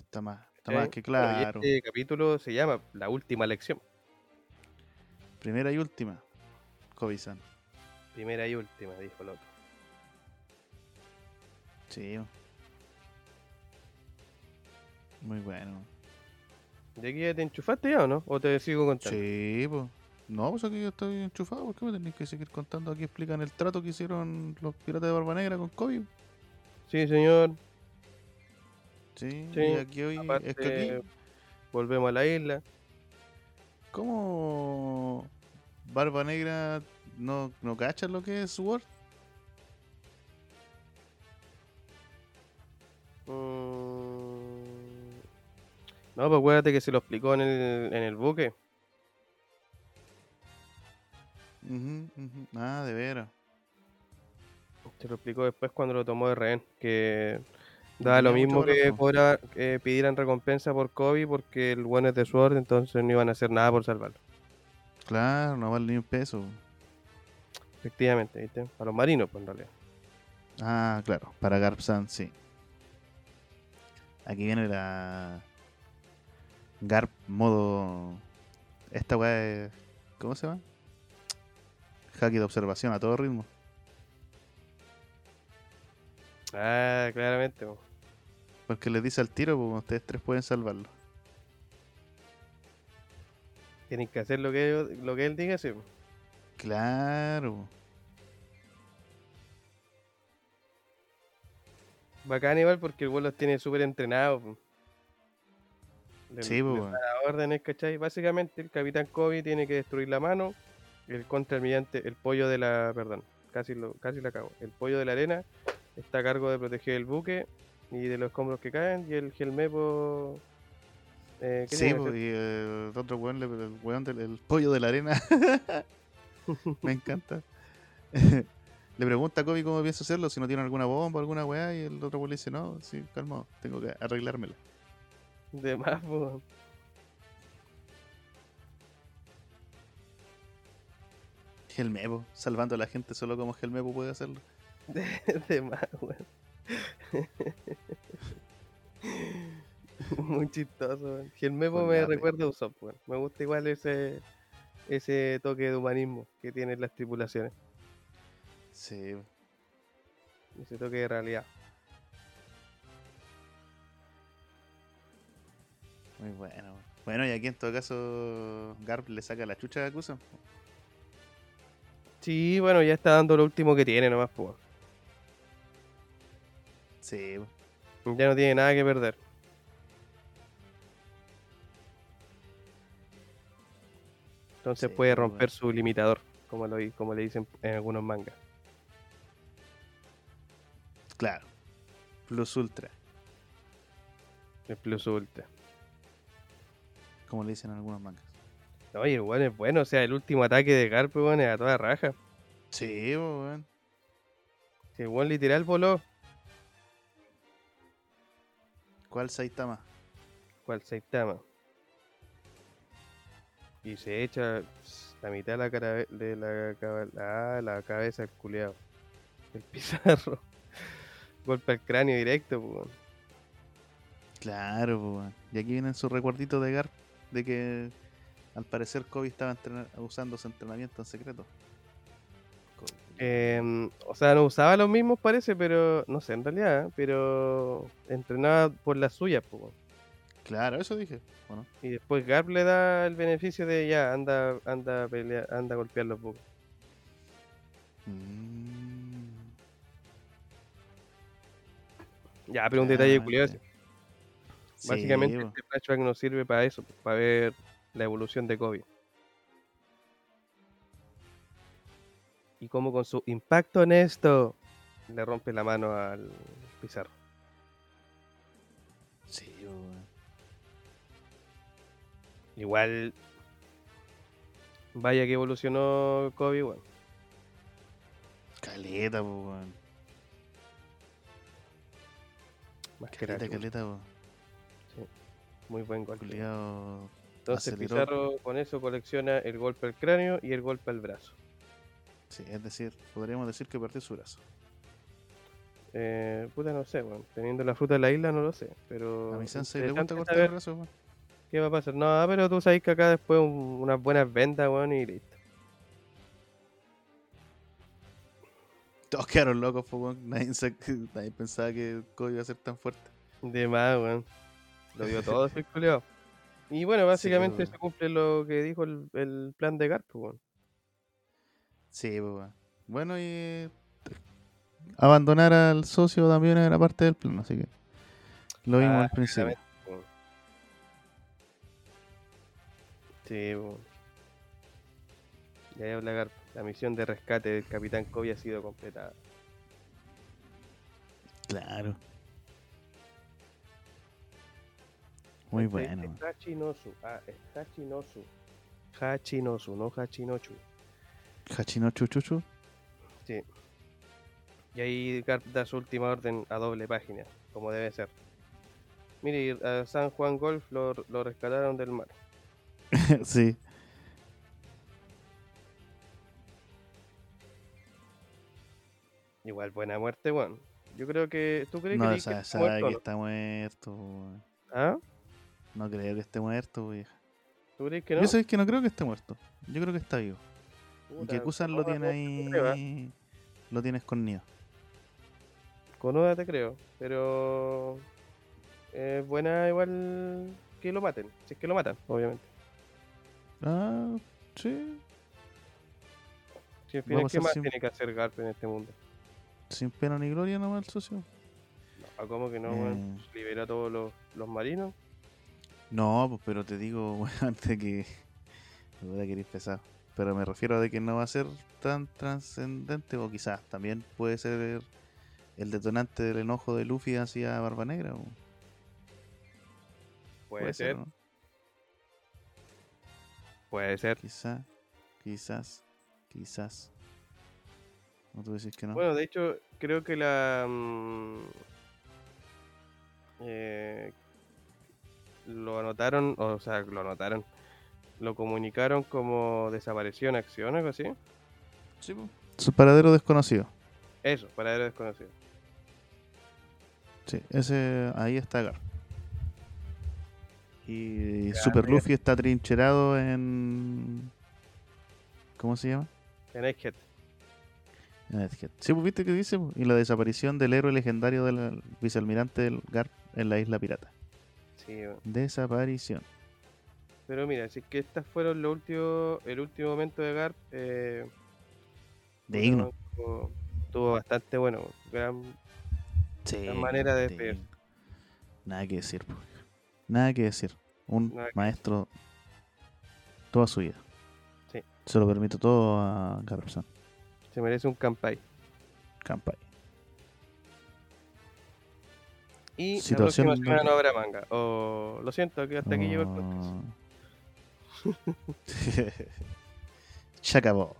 [SPEAKER 3] Está más, está más
[SPEAKER 2] ¿Cachai?
[SPEAKER 3] que
[SPEAKER 2] Bueno, y
[SPEAKER 3] claro.
[SPEAKER 2] este capítulo se llama La última lección.
[SPEAKER 3] Primera y última. Kobe-san.
[SPEAKER 2] Primera y última, dijo el otro.
[SPEAKER 3] Sí. pues. bo. Muy bueno.
[SPEAKER 2] ¿De aquí ya te enchufaste ya o no? ¿O te sigo contando?
[SPEAKER 3] Sí, pues. No, pues aquí yo estoy enchufado. ¿Por qué me tenéis que seguir contando? Aquí explican el trato que hicieron los piratas de Barba Negra con Kobe.
[SPEAKER 2] Sí, señor.
[SPEAKER 3] Sí,
[SPEAKER 2] Sí,
[SPEAKER 3] y aquí hoy. Es que
[SPEAKER 2] Aparte,
[SPEAKER 3] aquí,
[SPEAKER 2] volvemos a la isla.
[SPEAKER 3] ¿cómo Barba Negra no, no cacha lo que es Word?
[SPEAKER 2] Mm. No, pues acuérdate que se lo explicó en el, en el buque.
[SPEAKER 3] Ujú, ujú. Ah, de veras.
[SPEAKER 2] Se lo explicó después cuando lo tomó de rehén. Que daba lo
[SPEAKER 3] tenía mucha
[SPEAKER 2] mismo que
[SPEAKER 3] razón.
[SPEAKER 2] cobra- que pidieran recompensa por Kobe porque el bueno es de suerte, entonces no iban a hacer nada por salvarlo.
[SPEAKER 3] Claro, no vale ni un peso.
[SPEAKER 2] Efectivamente, ¿viste? A los marinos, pues en realidad.
[SPEAKER 3] Ah, claro, para Garpsan, sí. Aquí viene la. Garp modo. Esta weá es. ¿Cómo se llama? Hacky de observación a todo ritmo.
[SPEAKER 2] Ah, claramente. po.
[SPEAKER 3] Porque les dice al tiro, pues ustedes tres pueden salvarlo.
[SPEAKER 2] Tienen que hacer lo que, yo- lo que él diga, sí. po.
[SPEAKER 3] Claro.
[SPEAKER 2] Bacán igual porque el vuelo los tiene súper entrenados. po. Le-
[SPEAKER 3] Sí, pues.
[SPEAKER 2] le
[SPEAKER 3] weón.
[SPEAKER 2] órdenes, ¿cachai? Básicamente el capitán Kobe tiene que destruir la mano, el contraalmirante, el pollo de la, perdón, casi lo, casi la cago, el pollo de la arena está a cargo de proteger el buque y de los escombros que caen y el gelmepo eh, ¿qué
[SPEAKER 3] Sí,
[SPEAKER 2] tiene que
[SPEAKER 3] po,
[SPEAKER 2] hacer?
[SPEAKER 3] y eh, el otro weón, le- el weón del el pollo de la arena. Me encanta. le pregunta a Kobe cómo piensa hacerlo, si no tiene alguna bomba, alguna weá, y el otro weón le dice, no, sí, calmado, tengo que arreglármela.
[SPEAKER 2] de más, po.
[SPEAKER 3] Gelmepo, pues, salvando a la gente solo como Gelmepo puede hacerlo.
[SPEAKER 2] de más, weón. Muy chistoso, weón. Gelmepo
[SPEAKER 3] Con
[SPEAKER 2] me
[SPEAKER 3] la re-
[SPEAKER 2] recuerda a Usopp, weón. Me gusta igual ese ese toque de humanismo que tienen las tripulaciones,
[SPEAKER 3] Sí.
[SPEAKER 2] ese toque de realidad.
[SPEAKER 3] Muy bueno. Bueno, y aquí en todo caso, Garp le saca la chucha a Kusan.
[SPEAKER 2] Sí, bueno, ya está dando lo último que tiene nomás, pues.
[SPEAKER 3] Sí. pues, po.
[SPEAKER 2] Ya no tiene nada que perder. Entonces
[SPEAKER 3] Sí, pues,
[SPEAKER 2] puede
[SPEAKER 3] bueno.
[SPEAKER 2] romper su limitador, como, lo, di- como le dicen en algunos mangas.
[SPEAKER 3] Claro. Plus Ultra,
[SPEAKER 2] El plus ultra.
[SPEAKER 3] como le dicen en algunos mangas.
[SPEAKER 2] Oye, el weón es bueno,
[SPEAKER 3] pues,
[SPEAKER 2] o sea, el último ataque de Garp, weón, es a toda raja.
[SPEAKER 3] Sí, po, weón.
[SPEAKER 2] Si el weón literal voló,
[SPEAKER 3] ¿Cuál Saitama?
[SPEAKER 2] cual Saitama. Y se echa ps, la mitad de la, cara- de la, caba- ah, la cabeza al culeado. El pizarro. Golpe al cráneo directo, pues, weón.
[SPEAKER 3] Claro, po, weón. Y aquí vienen sus recuerditos de Garp de que al parecer Kobe estaba entrena- usando su entrenamiento en secreto. Co-
[SPEAKER 2] Em, o sea, no usaba los mismos, parece, pero no sé, en realidad, ¿eh? pero entrenaba por las suyas, pues. weón.
[SPEAKER 3] Claro, eso dije. ¿o no?
[SPEAKER 2] Y después Garp le da el beneficio de ya, anda, anda a pelear, anda a golpear los bugs.
[SPEAKER 3] Mm.
[SPEAKER 2] Ya, pero un detalle
[SPEAKER 3] Ah,
[SPEAKER 2] curioso.
[SPEAKER 3] ya. Sí,
[SPEAKER 2] Básicamente
[SPEAKER 3] po.
[SPEAKER 2] este flashback nos sirve para eso, para ver la evolución de Kobe. Y cómo con su impacto en esto le rompe la mano al Pizarro.
[SPEAKER 3] Sí, po, weón.
[SPEAKER 2] Igual, vaya que evolucionó Kobe, bueno.
[SPEAKER 3] Caleta, po, weón.
[SPEAKER 2] Más que
[SPEAKER 3] Caleta,
[SPEAKER 2] nada,
[SPEAKER 3] caleta, po.
[SPEAKER 2] muy buen golpe.
[SPEAKER 3] Culeado.
[SPEAKER 2] Entonces
[SPEAKER 3] aceleró.
[SPEAKER 2] Pizarro con eso colecciona el golpe al cráneo y el golpe al brazo.
[SPEAKER 3] Sí, es decir, podríamos decir que perdió su brazo.
[SPEAKER 2] Eh, puta, no sé, bueno, teniendo la fruta de la isla no lo sé,
[SPEAKER 3] A
[SPEAKER 2] pero...
[SPEAKER 3] mi sensei le gusta
[SPEAKER 2] interesante
[SPEAKER 3] cortar el
[SPEAKER 2] saber
[SPEAKER 3] brazo, weón.
[SPEAKER 2] ¿Qué va a pasar? No, pero tú sabes que acá después un- unas buenas ventas, weón, y listo.
[SPEAKER 3] Todos quedaron locos, po, weón. Nadie, sa- nadie pensaba que Kobe iba a ser tan fuerte.
[SPEAKER 2] De más, weón. Lo dio todo, ese culiao. Y bueno, básicamente
[SPEAKER 3] weón.
[SPEAKER 2] se cumple lo que dijo el, el plan de Garp, weón.
[SPEAKER 3] Sí, pues, weón. Bueno, y. eh, Abandonar al socio también era parte del plan, así que. Lo vimos
[SPEAKER 2] Ah,
[SPEAKER 3] al principio.
[SPEAKER 2] weón. Sí, weón. Y ahí habla Garp. La misión de rescate del Capitán Kobe ha sido completada.
[SPEAKER 3] Claro. Muy
[SPEAKER 2] Este-
[SPEAKER 3] bueno.
[SPEAKER 2] este Hachinosu. Ah, es Hachinosu. Hachinosu, no Hachinochu.
[SPEAKER 3] Hachino Chuchuchu.
[SPEAKER 2] Y ahí Garp da su última orden a doble página, como debe ser. Mire, a San Juan Golf lo, lo rescataron del mar.
[SPEAKER 3] sí.
[SPEAKER 2] Igual, buena muerte, weón. Yo creo que. ¿Tú crees que,
[SPEAKER 3] No,
[SPEAKER 2] Lee
[SPEAKER 3] sabe,
[SPEAKER 2] Kelly está
[SPEAKER 3] sabe
[SPEAKER 2] muerto,
[SPEAKER 3] que
[SPEAKER 2] no?
[SPEAKER 3] está muerto. weón.
[SPEAKER 2] ¿Ah?
[SPEAKER 3] No creo que esté muerto, vieja.
[SPEAKER 2] ¿Tú crees que no?
[SPEAKER 3] Yo sé que no creo que esté muerto. Yo creo que está vivo. y
[SPEAKER 2] Puta,
[SPEAKER 3] que Kusan lo
[SPEAKER 2] Konoha
[SPEAKER 3] tiene
[SPEAKER 2] no te creo, ¿eh?
[SPEAKER 3] ahí. Lo tiene escondido.
[SPEAKER 2] Konoha te creo, pero. Es buena, igual. Que lo maten. Si es que lo matan, obviamente.
[SPEAKER 3] Ah, sí.
[SPEAKER 2] Si al
[SPEAKER 3] Va a
[SPEAKER 2] final, ¿qué
[SPEAKER 3] pasar
[SPEAKER 2] más
[SPEAKER 3] sin-
[SPEAKER 2] tiene que hacer Garp en este mundo?
[SPEAKER 3] Sin pena ni gloria nomás el socio.
[SPEAKER 2] No, ¿Cómo que no, weón?
[SPEAKER 3] Eh.
[SPEAKER 2] Libera a todos los, los marinos.
[SPEAKER 3] No, pues, pero te digo, weón, de que. Me voy a querer pesado. Pero me refiero a de que no va a ser tan trascendente, o quizás también puede ser el detonante del enojo de Luffy hacia Barba Negra. o-
[SPEAKER 2] Puede, ser,
[SPEAKER 3] ¿no?
[SPEAKER 2] puede ser.
[SPEAKER 3] Quizá, quizás, quizás. No tú decís que no.
[SPEAKER 2] Bueno, de hecho, creo que la. mm, eh, lo anotaron, o sea, lo anotaron. Lo comunicaron como desapareció en acción, algo así. pues.
[SPEAKER 3] Su paradero desconocido.
[SPEAKER 2] Eso, para era desconocido.
[SPEAKER 3] Sí, ese, ahí está Gar. Y
[SPEAKER 2] Ya,
[SPEAKER 3] Super
[SPEAKER 2] mira.
[SPEAKER 3] Luffy está trincherado en. ¿Cómo se llama?
[SPEAKER 2] En Egghead.
[SPEAKER 3] En Egghead. Sí, pues, viste que dice. pues, Y la desaparición del héroe legendario del vicealmirante del Garp en la isla pirata.
[SPEAKER 2] Sí, bueno.
[SPEAKER 3] Desaparición.
[SPEAKER 2] pero mira, si es que estas fueron los últimos, el último momento de Garp. eh,
[SPEAKER 3] De Igno.
[SPEAKER 2] Estuvo, estuvo bastante bueno. gran-
[SPEAKER 3] Sí.
[SPEAKER 2] manera de
[SPEAKER 3] de
[SPEAKER 2] despedirse.
[SPEAKER 3] Igno. Nada que decir, pues. Nada que decir. Un
[SPEAKER 2] Nada que
[SPEAKER 3] maestro toda su vida.
[SPEAKER 2] Sí.
[SPEAKER 3] Se lo permito todo a Garpson.
[SPEAKER 2] se merece un campai.
[SPEAKER 3] Campai.
[SPEAKER 2] Y
[SPEAKER 3] Situación
[SPEAKER 2] la próxima semana
[SPEAKER 3] no-
[SPEAKER 2] no habrá manga. Oh, lo siento, que hasta aquí llegó el podcast.
[SPEAKER 3] Oh. Se acabó.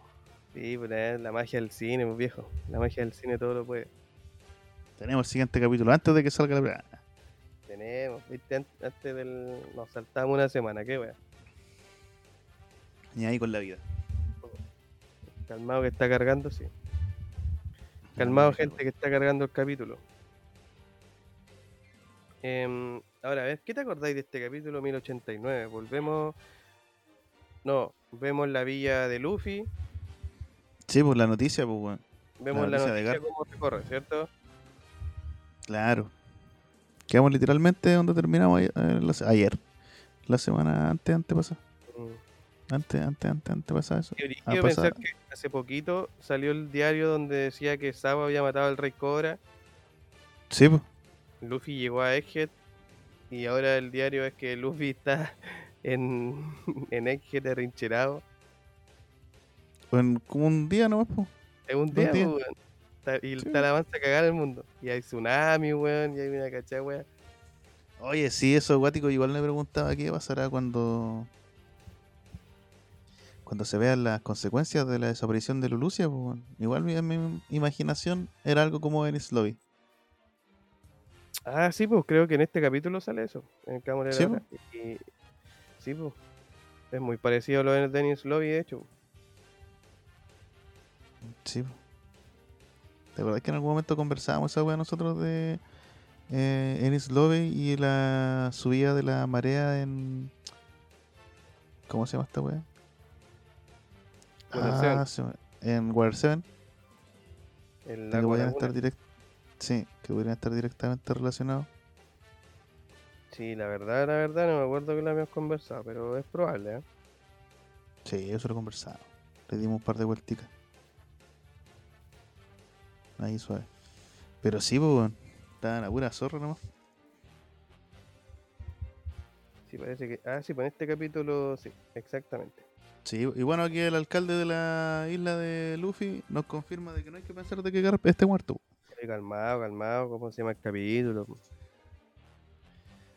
[SPEAKER 2] Sí, pues es la magia del cine, pues, viejo. La magia del cine todo lo puede.
[SPEAKER 3] Tenemos el siguiente capítulo antes de que salga la primera.
[SPEAKER 2] Tenemos, viste, An- antes del. Nos saltamos una semana, qué wea.
[SPEAKER 3] Ni ahí con la vida.
[SPEAKER 2] Calmado que está cargando, sí. Calmado, gente que está cargando el capítulo. Em, ahora, a ver, ¿qué te acordáis de este capítulo 1089? Volvemos. No, vemos la villa de Luffy,
[SPEAKER 3] Sí, pues la noticia, pues, weón.
[SPEAKER 2] vemos la,
[SPEAKER 3] La noticia de
[SPEAKER 2] noticia
[SPEAKER 3] Garp.
[SPEAKER 2] cómo recorre, ¿cierto?
[SPEAKER 3] Claro. Quedamos literalmente donde terminamos ayer. eh, la se- ayer. La semana antes, antes pasada.
[SPEAKER 2] Mm.
[SPEAKER 3] Antes, antes, antes, antes pasada eso.
[SPEAKER 2] Qué brígido
[SPEAKER 3] Ah, pasa-
[SPEAKER 2] pensar que hace poquito salió el diario donde decía que Sabo había matado al Rey Cobra,
[SPEAKER 3] Sí, pues.
[SPEAKER 2] Luffy llegó a Egghead y ahora el diario es que Luffy está en, en Egghead arrincherado.
[SPEAKER 3] En- como un día nomás, pues.
[SPEAKER 2] Es un
[SPEAKER 3] Dos
[SPEAKER 2] día,
[SPEAKER 3] días.
[SPEAKER 2] pues, weón. Está- Y
[SPEAKER 3] Sí.
[SPEAKER 2] está la avanza a cagar el mundo. Y hay tsunami, weón, y hay una cachá, weón.
[SPEAKER 3] Oye, sí, eso guático. Igual me preguntaba qué pasará cuando. Cuando se vean las consecuencias de la desaparición de Lulucia, pues, weón. Igual mi, mi imaginación era algo como en Lobby.
[SPEAKER 2] Ah, sí, pues creo que en este capítulo sale eso. En Cámara de
[SPEAKER 3] Sí,
[SPEAKER 2] la
[SPEAKER 3] pues.
[SPEAKER 2] Hora. Y- Sí, pues. Es muy parecido a lo de Dennis Lobby, de hecho.
[SPEAKER 3] Sí. po. ¿Te acordás que en algún momento conversábamos esa weá nosotros de eh, Ennis Lobby y la subida de la marea en. ¿Cómo se llama esta weá? Ah,
[SPEAKER 2] Water Seven.
[SPEAKER 3] se me- en Water 7.
[SPEAKER 2] El
[SPEAKER 3] Que
[SPEAKER 2] lago
[SPEAKER 3] podrían
[SPEAKER 2] Laguna.
[SPEAKER 3] estar direct... Sí, que podrían estar directamente relacionados.
[SPEAKER 2] Sí, la verdad, la verdad, no me acuerdo que lo habíamos conversado, pero es probable, ¿eh?
[SPEAKER 3] Sí, eso lo conversamos. Le dimos un par de vuelticas. Ahí suave. Pero sí, pues, weón. Estaban a pura zorra nomás.
[SPEAKER 2] Sí, parece que. Ah, sí, pues en este capítulo, sí, exactamente.
[SPEAKER 3] Sí, y bueno, aquí el alcalde de la isla de Luffy nos confirma de que no hay que pensar de que Garp esté muerto.
[SPEAKER 2] Oye, Calmado, calmado, ¿cómo se llama el capítulo? po?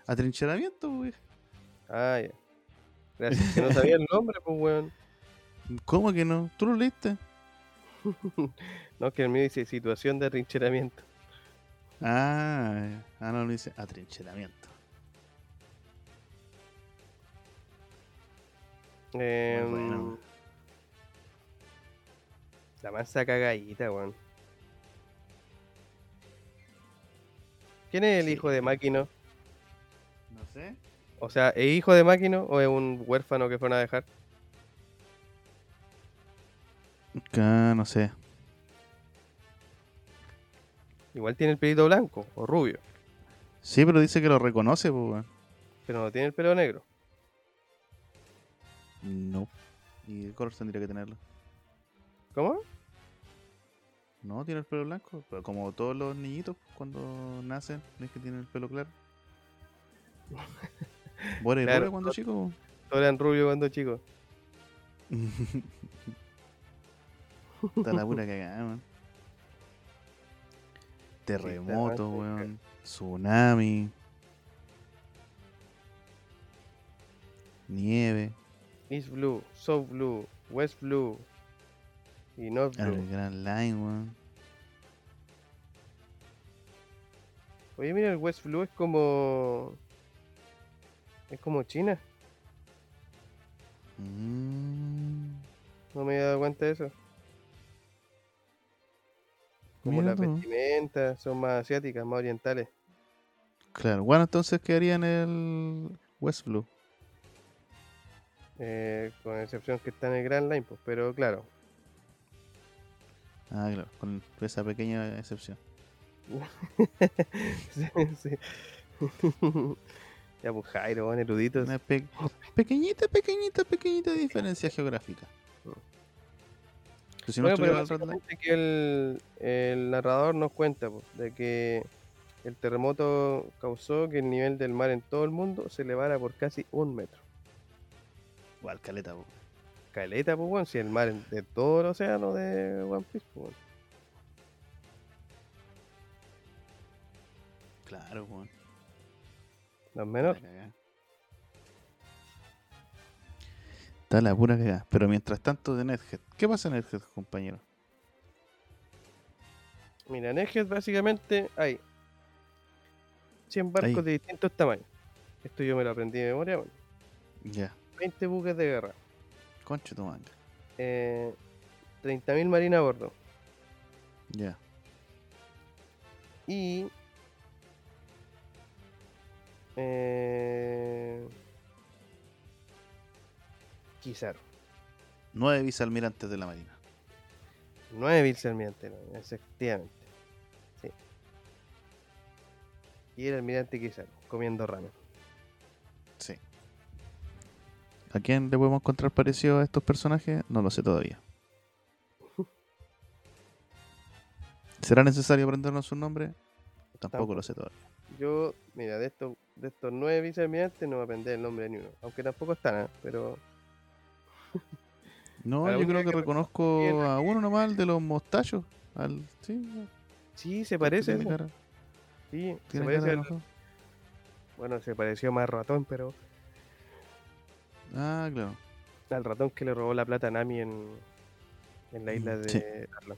[SPEAKER 3] Atrincheramiento, güey.
[SPEAKER 2] Ah, ya. Gracias, que no sabía el nombre, pues, weón.
[SPEAKER 3] ¿Cómo que no? ¿Tú lo leíste?
[SPEAKER 2] No, que el mío dice situación de arrincheramiento.
[SPEAKER 3] Ah, ah no, lo dice atrincheramiento.
[SPEAKER 2] Em,
[SPEAKER 3] bueno.
[SPEAKER 2] La masa cagadita, weón. ¿Quién es el
[SPEAKER 3] Sí. pues.
[SPEAKER 2] hijo de Máquino?
[SPEAKER 3] No sé.
[SPEAKER 2] O sea, ¿es hijo de Máquino o es un huérfano que fueron a dejar?
[SPEAKER 3] Ah, no sé.
[SPEAKER 2] Igual tiene el pelito blanco o rubio,
[SPEAKER 3] Sí, pero dice que lo reconoce, pues, weón.
[SPEAKER 2] pero no tiene el pelo negro.
[SPEAKER 3] No. ¿Y el color tendría que tenerlo?
[SPEAKER 2] ¿Cómo?
[SPEAKER 3] No, tiene el pelo blanco. Pero como todos los niñitos cuando nacen, es que tienen el pelo claro. Bueno, y
[SPEAKER 2] Claro.
[SPEAKER 3] rubio cuando chico. po.
[SPEAKER 2] Todo eran rubio cuando chico.
[SPEAKER 3] Está la pura cagada, weón. Terremoto,
[SPEAKER 2] Sí, está la
[SPEAKER 3] weón. Tsunami. Nieve.
[SPEAKER 2] East Blue, South Blue, West Blue y North Blue.
[SPEAKER 3] El Grand Line, weón.
[SPEAKER 2] Oye, mira, el West Blue es como. Es como China.
[SPEAKER 3] Mm.
[SPEAKER 2] No me había dado cuenta de eso. Como
[SPEAKER 3] Mira
[SPEAKER 2] las
[SPEAKER 3] tú.
[SPEAKER 2] vestimentas son más asiáticas, más orientales.
[SPEAKER 3] Claro, bueno, entonces quedaría en el West Blue.
[SPEAKER 2] eh, con excepción que está en el Grand Line, pues, pero claro.
[SPEAKER 3] Ah, claro, con esa pequeña excepción.
[SPEAKER 2] Sí, sí. ya, pues Jairo, un erudito.
[SPEAKER 3] Una pe- pequeñita, pequeñita, pequeñita diferencia geográfica. Pero si no
[SPEAKER 2] Bueno, pero
[SPEAKER 3] estuviera el Grand Line-
[SPEAKER 2] básicamente que el, el narrador nos cuenta po, de que el terremoto causó que el nivel del mar en todo el mundo se elevara por casi un metro.
[SPEAKER 3] Igual, caleta, po.
[SPEAKER 2] Caleta, pues, weón, si el mar en- de todo el océano de One Piece, pues, weón.
[SPEAKER 3] Claro, weón.
[SPEAKER 2] no es menor.
[SPEAKER 3] La cagá. Está la pura cagada. Pero mientras tanto de Nethead. ¿Qué pasa en Nethead, compañero?
[SPEAKER 2] Mira, en Ejes básicamente hay 100 barcos
[SPEAKER 3] Ahí.
[SPEAKER 2] de distintos tamaños. Esto yo me lo aprendí de memoria. bueno.
[SPEAKER 3] Ya.
[SPEAKER 2] 20 buques de guerra,
[SPEAKER 3] Concha tu manga.
[SPEAKER 2] eh, 30.000 marinas a bordo
[SPEAKER 3] Ya.
[SPEAKER 2] y eh, quizás
[SPEAKER 3] Nueve vicealmirantes de la Marina.
[SPEAKER 2] 9 vicealmirantes, no, efectivamente. Sí. Y el almirante quizás comiendo ramen.
[SPEAKER 3] Sí. ¿A quién le podemos encontrar parecido a estos personajes? No lo sé todavía. ¿Será necesario aprendernos su nombre? Tampoco lo sé todavía.
[SPEAKER 2] Yo, mira, de estos, de estos nueve vicealmirantes no me aprendí el nombre de ni uno. Aunque tampoco están, ¿ah? pero
[SPEAKER 3] No,
[SPEAKER 2] Algún
[SPEAKER 3] yo creo
[SPEAKER 2] día
[SPEAKER 3] que
[SPEAKER 2] que-
[SPEAKER 3] reconozco a uno nomás, el de los mostachos. Al, sí,
[SPEAKER 2] sí, se parece.
[SPEAKER 3] Tiene
[SPEAKER 2] ese,
[SPEAKER 3] cara,
[SPEAKER 2] Sí, se
[SPEAKER 3] tiene
[SPEAKER 2] parece
[SPEAKER 3] cara de
[SPEAKER 2] al-
[SPEAKER 3] enojado.
[SPEAKER 2] bueno, se pareció más al ratón, pero
[SPEAKER 3] Ah, claro.
[SPEAKER 2] al ratón que le robó la plata a Nami en, en la isla
[SPEAKER 3] Mm,
[SPEAKER 2] de
[SPEAKER 3] sí.
[SPEAKER 2] Arlong.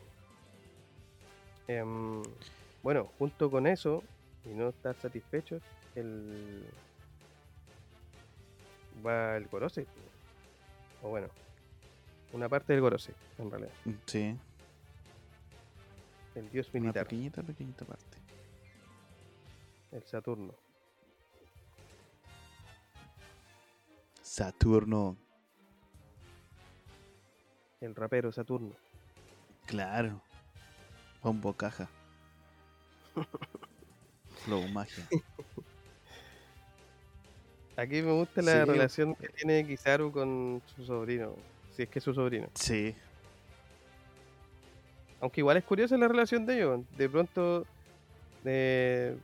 [SPEAKER 2] Em, bueno, junto con eso, y no estar satisfechos, el... va el Gorose. O bueno, una parte del Gorose, en realidad.
[SPEAKER 3] Mm, Sí,
[SPEAKER 2] El dios
[SPEAKER 3] una
[SPEAKER 2] militar,
[SPEAKER 3] pequeñita, pequeñita parte.
[SPEAKER 2] el Saturno.
[SPEAKER 3] Saturno,
[SPEAKER 2] El rapero Saturno.
[SPEAKER 3] claro. Bombo caja. Flow magia.
[SPEAKER 2] Aquí me gusta la
[SPEAKER 3] Sí, bo-
[SPEAKER 2] relación que tiene Kizaru con su sobrino. Si es que es su sobrino.
[SPEAKER 3] Sí,
[SPEAKER 2] Aunque igual es curiosa la relación de ellos. De pronto, eh,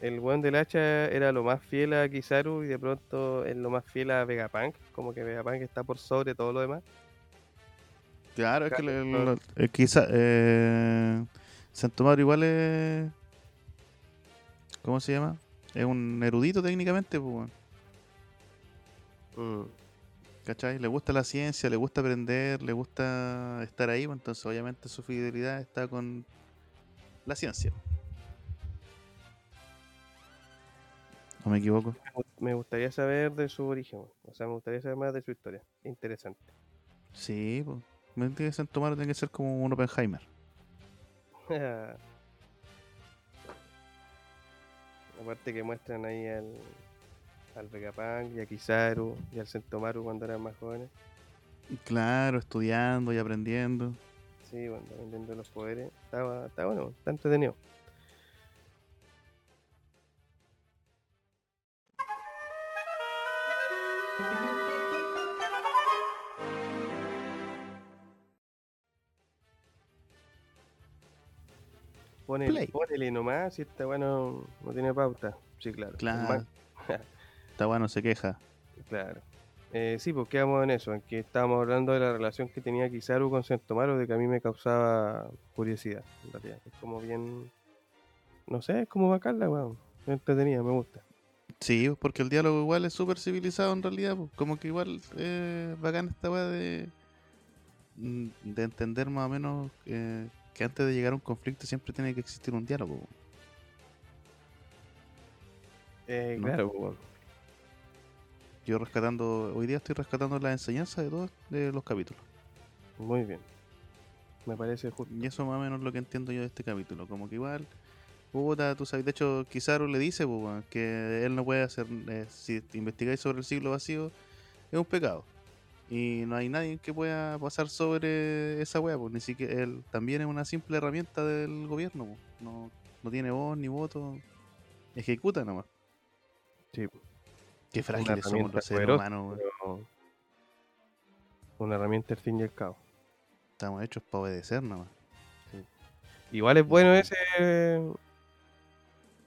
[SPEAKER 2] el weón del hacha era lo más fiel a Kizaru y de pronto es lo más fiel a Vegapunk. Como que Vegapunk está por sobre todo lo demás.
[SPEAKER 3] claro, es que
[SPEAKER 2] Claro,
[SPEAKER 3] le-
[SPEAKER 2] claro.
[SPEAKER 3] lo- eh, quizá eh, Santo Mario igual es. ¿Cómo se llama? Es un erudito técnicamente, pues, weón, ¿cachai? Le gusta la ciencia, le gusta aprender, le gusta estar ahí, pues, entonces obviamente su fidelidad está con la ciencia. ¿No me equivoco?
[SPEAKER 2] Me gustaría saber de su origen. weón. O sea, me gustaría saber más de su historia. Interesante.
[SPEAKER 3] Sí, pues. Me entiende que Santo Tomás tiene que ser como un Oppenheimer.
[SPEAKER 2] Aparte que muestran ahí al, al Vegapunk y a Kizaru y al Sentomaru cuando eran más jóvenes.
[SPEAKER 3] Claro, estudiando y aprendiendo.
[SPEAKER 2] Sí, cuando vendiendo los poderes. Estaba, está bueno, está entretenido. Ponele,
[SPEAKER 3] Play.
[SPEAKER 2] ponele nomás si esta bueno no tiene pauta. Sí, claro. el
[SPEAKER 3] Claro.
[SPEAKER 2] man-
[SPEAKER 3] Está bueno, se queja.
[SPEAKER 2] claro. Eh, sí, pues quedamos en eso, en que estábamos hablando de la relación que tenía Kizaru con Sentomaru, de que a mí me causaba curiosidad, en realidad. Es como bien. No sé, es como bacán la weón. Es Entretenida, me gusta.
[SPEAKER 3] Sí, pues, porque el diálogo igual es súper civilizado en realidad. pues. Como que igual eh, bacán esta weá de, mm, de entender más o menos eh, que antes de llegar a un conflicto siempre tiene que existir un diálogo. pues.
[SPEAKER 2] Eh,
[SPEAKER 3] ¿No?
[SPEAKER 2] Claro, pues, weón.
[SPEAKER 3] Yo rescatando, hoy día estoy rescatando las enseñanzas de todos de los capítulos.
[SPEAKER 2] pues, Muy bien. Me parece justo.
[SPEAKER 3] Y eso más o menos es lo que entiendo yo de este capítulo. Como que igual, puta, tú sabes, de hecho, Kizaru le dice pues, weón, que él no puede hacer, eh, si te investigáis sobre el siglo vacío, es un pecado. Y no hay nadie que pueda pasar sobre esa wea, pues ni siquiera él también es una simple herramienta del gobierno, pues, no, no tiene voz ni voto, ejecuta nomás.
[SPEAKER 2] Sí, pues,
[SPEAKER 3] Qué frágiles somos
[SPEAKER 2] herramienta
[SPEAKER 3] los seres
[SPEAKER 2] poderosa,
[SPEAKER 3] humanos, weón.
[SPEAKER 2] pero Una herramienta al fin y al cabo.
[SPEAKER 3] estamos hechos para obedecer nomás.
[SPEAKER 2] Igual es bueno ese.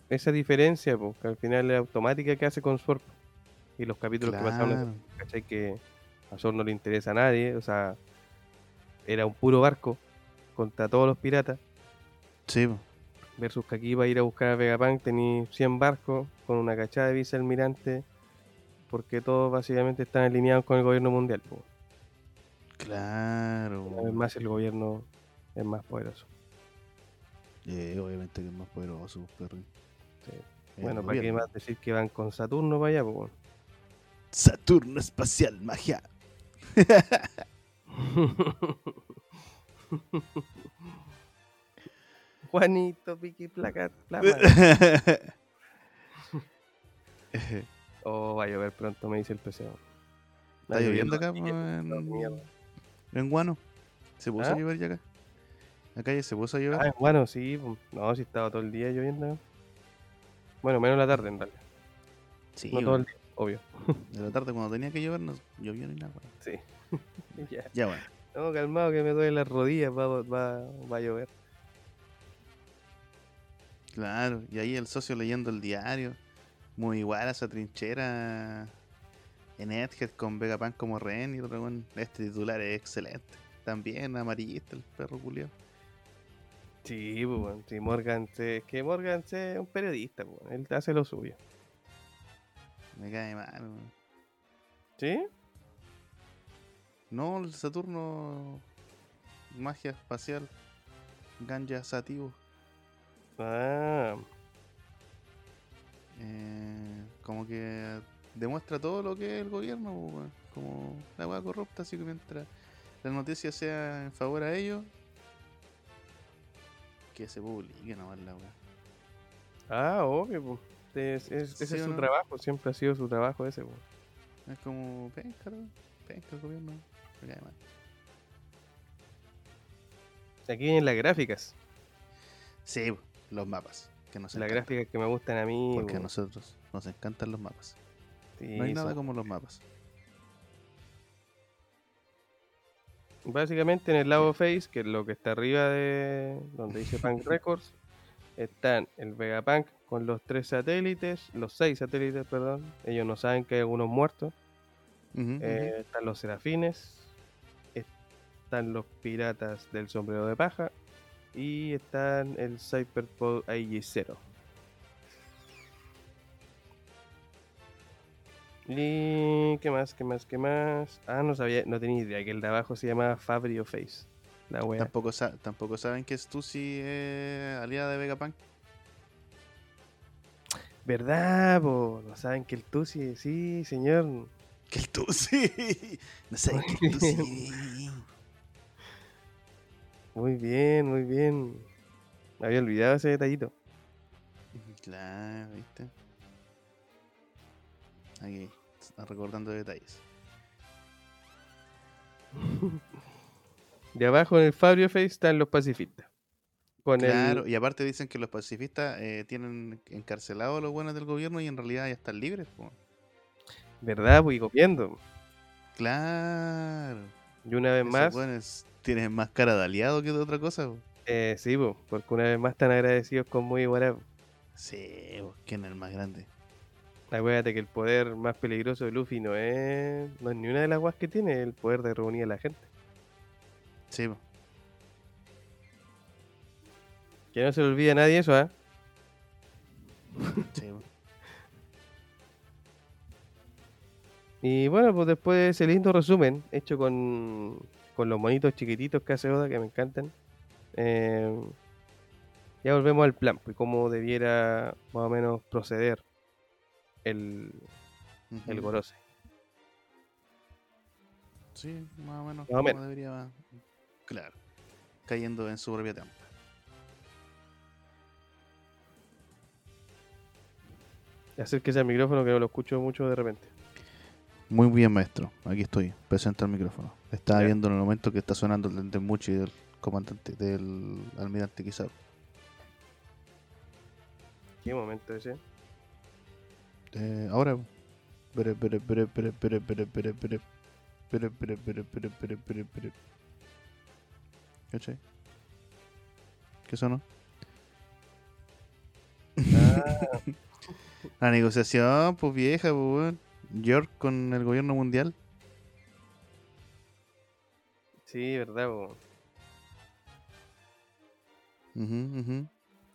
[SPEAKER 2] Esa diferencia, pues, que al final es automática que hace con Sword. Y los capítulos que pasaron en
[SPEAKER 3] Claro.
[SPEAKER 2] ¿cachai? Que a Sor no le interesa a nadie, o sea, era un puro barco contra todos los piratas,
[SPEAKER 3] Sí, pues.
[SPEAKER 2] versus que aquí iba a ir a buscar a Vegapunk, tenía 100 barcos con una cachada de vicealmirante, porque todos básicamente están alineados con el gobierno mundial. po.
[SPEAKER 3] Claro.
[SPEAKER 2] Una vez más el gobierno es más poderoso.
[SPEAKER 3] Eh, obviamente que es más poderoso, perro. Eh,
[SPEAKER 2] Sí.
[SPEAKER 3] El
[SPEAKER 2] bueno, ¿para qué
[SPEAKER 3] gobierno.
[SPEAKER 2] más decir que van con Saturno para allá? po, weón?
[SPEAKER 3] Saturno espacial, magia.
[SPEAKER 2] Juanito, Piqui, Placa, Plama.
[SPEAKER 3] Pero
[SPEAKER 2] Oh, va a llover pronto, me dice el PCO.
[SPEAKER 3] ¿Está lloviendo acá,
[SPEAKER 2] así
[SPEAKER 3] po,
[SPEAKER 2] que-
[SPEAKER 3] en-
[SPEAKER 2] no, mierda.
[SPEAKER 3] en Guano, ¿se puso
[SPEAKER 2] ¿Ah?
[SPEAKER 3] a llover ya acá? Acá ya se puso a llover.
[SPEAKER 2] Ah, bueno, sí, po. no, sí estaba todo el día lloviendo. Bueno, menos la tarde en realidad.
[SPEAKER 3] sí,
[SPEAKER 2] no todo el día, obvio.
[SPEAKER 3] bueno, de la tarde cuando tenía que llover, no llovió ni nada. bueno.
[SPEAKER 2] Sí. ya.
[SPEAKER 3] Ya bueno.
[SPEAKER 2] No, calmado que me duele las rodillas, va, va, va a llover.
[SPEAKER 3] Claro, y ahí el socio leyendo el diario, muy igual a esa trinchera en Edhead con Vegapunk como rehén y el otro weón, Este titular es excelente. También amarillista el perro culiao.
[SPEAKER 2] Sí, po, weón, sí, Morgan, se- es que Morgan se- es un periodista, po, él hace lo suyo.
[SPEAKER 3] Me cae mal. weón.
[SPEAKER 2] ¿Sí?
[SPEAKER 3] No, el Saturno. Magia espacial. Ganja sativo.
[SPEAKER 2] Ah,
[SPEAKER 3] eh, como que demuestra todo lo que es el gobierno, po, weón. como la hueá corrupta, así que mientras la noticia sea en favor a ellos, que se publique nomás la weá.
[SPEAKER 2] ah, obvio, po. Es- es-
[SPEAKER 3] ¿Sí
[SPEAKER 2] ese es
[SPEAKER 3] o
[SPEAKER 2] su
[SPEAKER 3] no?
[SPEAKER 2] trabajo, siempre ha sido su trabajo ese, pues. po.
[SPEAKER 3] Es como penca, ¿no? penca el gobierno. me cae mal.
[SPEAKER 2] Aquí vienen las gráficas,
[SPEAKER 3] Sí, po, los mapas, que nos
[SPEAKER 2] las
[SPEAKER 3] encantan,
[SPEAKER 2] gráficas que me gustan a mí.
[SPEAKER 3] porque a
[SPEAKER 2] po.
[SPEAKER 3] nosotros nos encantan los mapas.
[SPEAKER 2] Sí,
[SPEAKER 3] No hay nada
[SPEAKER 2] son-
[SPEAKER 3] como los mapas.
[SPEAKER 2] Básicamente en el lado face, que es lo que está arriba de donde dice Punk Records, están el Vegapunk con los tres satélites, los seis satélites, perdón. Ellos no saben que hay algunos muertos.
[SPEAKER 3] Ujú, ujú.
[SPEAKER 2] Eh, están los serafines, están los piratas del sombrero de paja y están el Cyberpod IG0. Y qué más, qué más, qué más. Ah, no sabía, no tenía idea que el de abajo se llamaba Fabrio Face. La wea.
[SPEAKER 3] Tampoco, sa- tampoco saben que Stussy es aliada de Vegapunk.
[SPEAKER 2] ¿Verdad, po? No saben que el Tusi, sí, señor.
[SPEAKER 3] Que el Tusi. No sé, que el Tusi.
[SPEAKER 2] Muy bien, muy bien. Me había olvidado ese detallito.
[SPEAKER 3] Claro, viste. Aquí, está recordando detalles.
[SPEAKER 2] De abajo en el Fabrio Face están los pacifistas. Con el-
[SPEAKER 3] claro, y aparte dicen que los pacifistas eh, tienen encarcelados a los buenos del gobierno y en realidad ya están libres. po.
[SPEAKER 2] ¿Verdad? Voy copiando.
[SPEAKER 3] Claro.
[SPEAKER 2] Y una vez
[SPEAKER 3] esos
[SPEAKER 2] más,
[SPEAKER 3] buenos tienen más cara de aliado que de otra cosa. po.
[SPEAKER 2] eh, sí, po, porque una vez más están agradecidos con muy igual.
[SPEAKER 3] Sí, po, ¿quién es el más grande?
[SPEAKER 2] Acuérdate que el poder más peligroso de Luffy no es, no es ni una de las guas que tiene, es el poder de reunir a la gente.
[SPEAKER 3] Sí, po.
[SPEAKER 2] Que no se le olvide a nadie eso, ¿ah?
[SPEAKER 3] sí, po.
[SPEAKER 2] Y bueno, pues después de ese lindo resumen hecho con, con los monitos chiquititos que hace Oda, que me encantan, eh, ya volvemos al plan, pues cómo debiera más o menos proceder el, el
[SPEAKER 3] Ujú.
[SPEAKER 2] Gorose.
[SPEAKER 3] Sí, más o menos.
[SPEAKER 2] o
[SPEAKER 3] como
[SPEAKER 2] menos.
[SPEAKER 3] debería- Claro. Cayendo en su propia trampa.
[SPEAKER 2] Acérquese al micrófono que no lo escucho mucho de repente.
[SPEAKER 3] Muy bien, maestro. Aquí estoy. Presenta el micrófono. Estaba
[SPEAKER 2] Ya.
[SPEAKER 3] viendo en el momento que está sonando el teniente Muchi del comandante, del almirante Kizaru.
[SPEAKER 2] ¿Qué momento ese?
[SPEAKER 3] Eh, ahora. Pere, pere, pere, pere, pere, pere, pere, pere. Pere, pere, pere, pere, pere, pere, pere. ¿Cachai? ¿Qué sonó?
[SPEAKER 2] Ah,
[SPEAKER 3] La negociación, pues vieja, pues weón. York con el gobierno mundial.
[SPEAKER 2] Sí, verdad, po.
[SPEAKER 3] Ujú, ujú.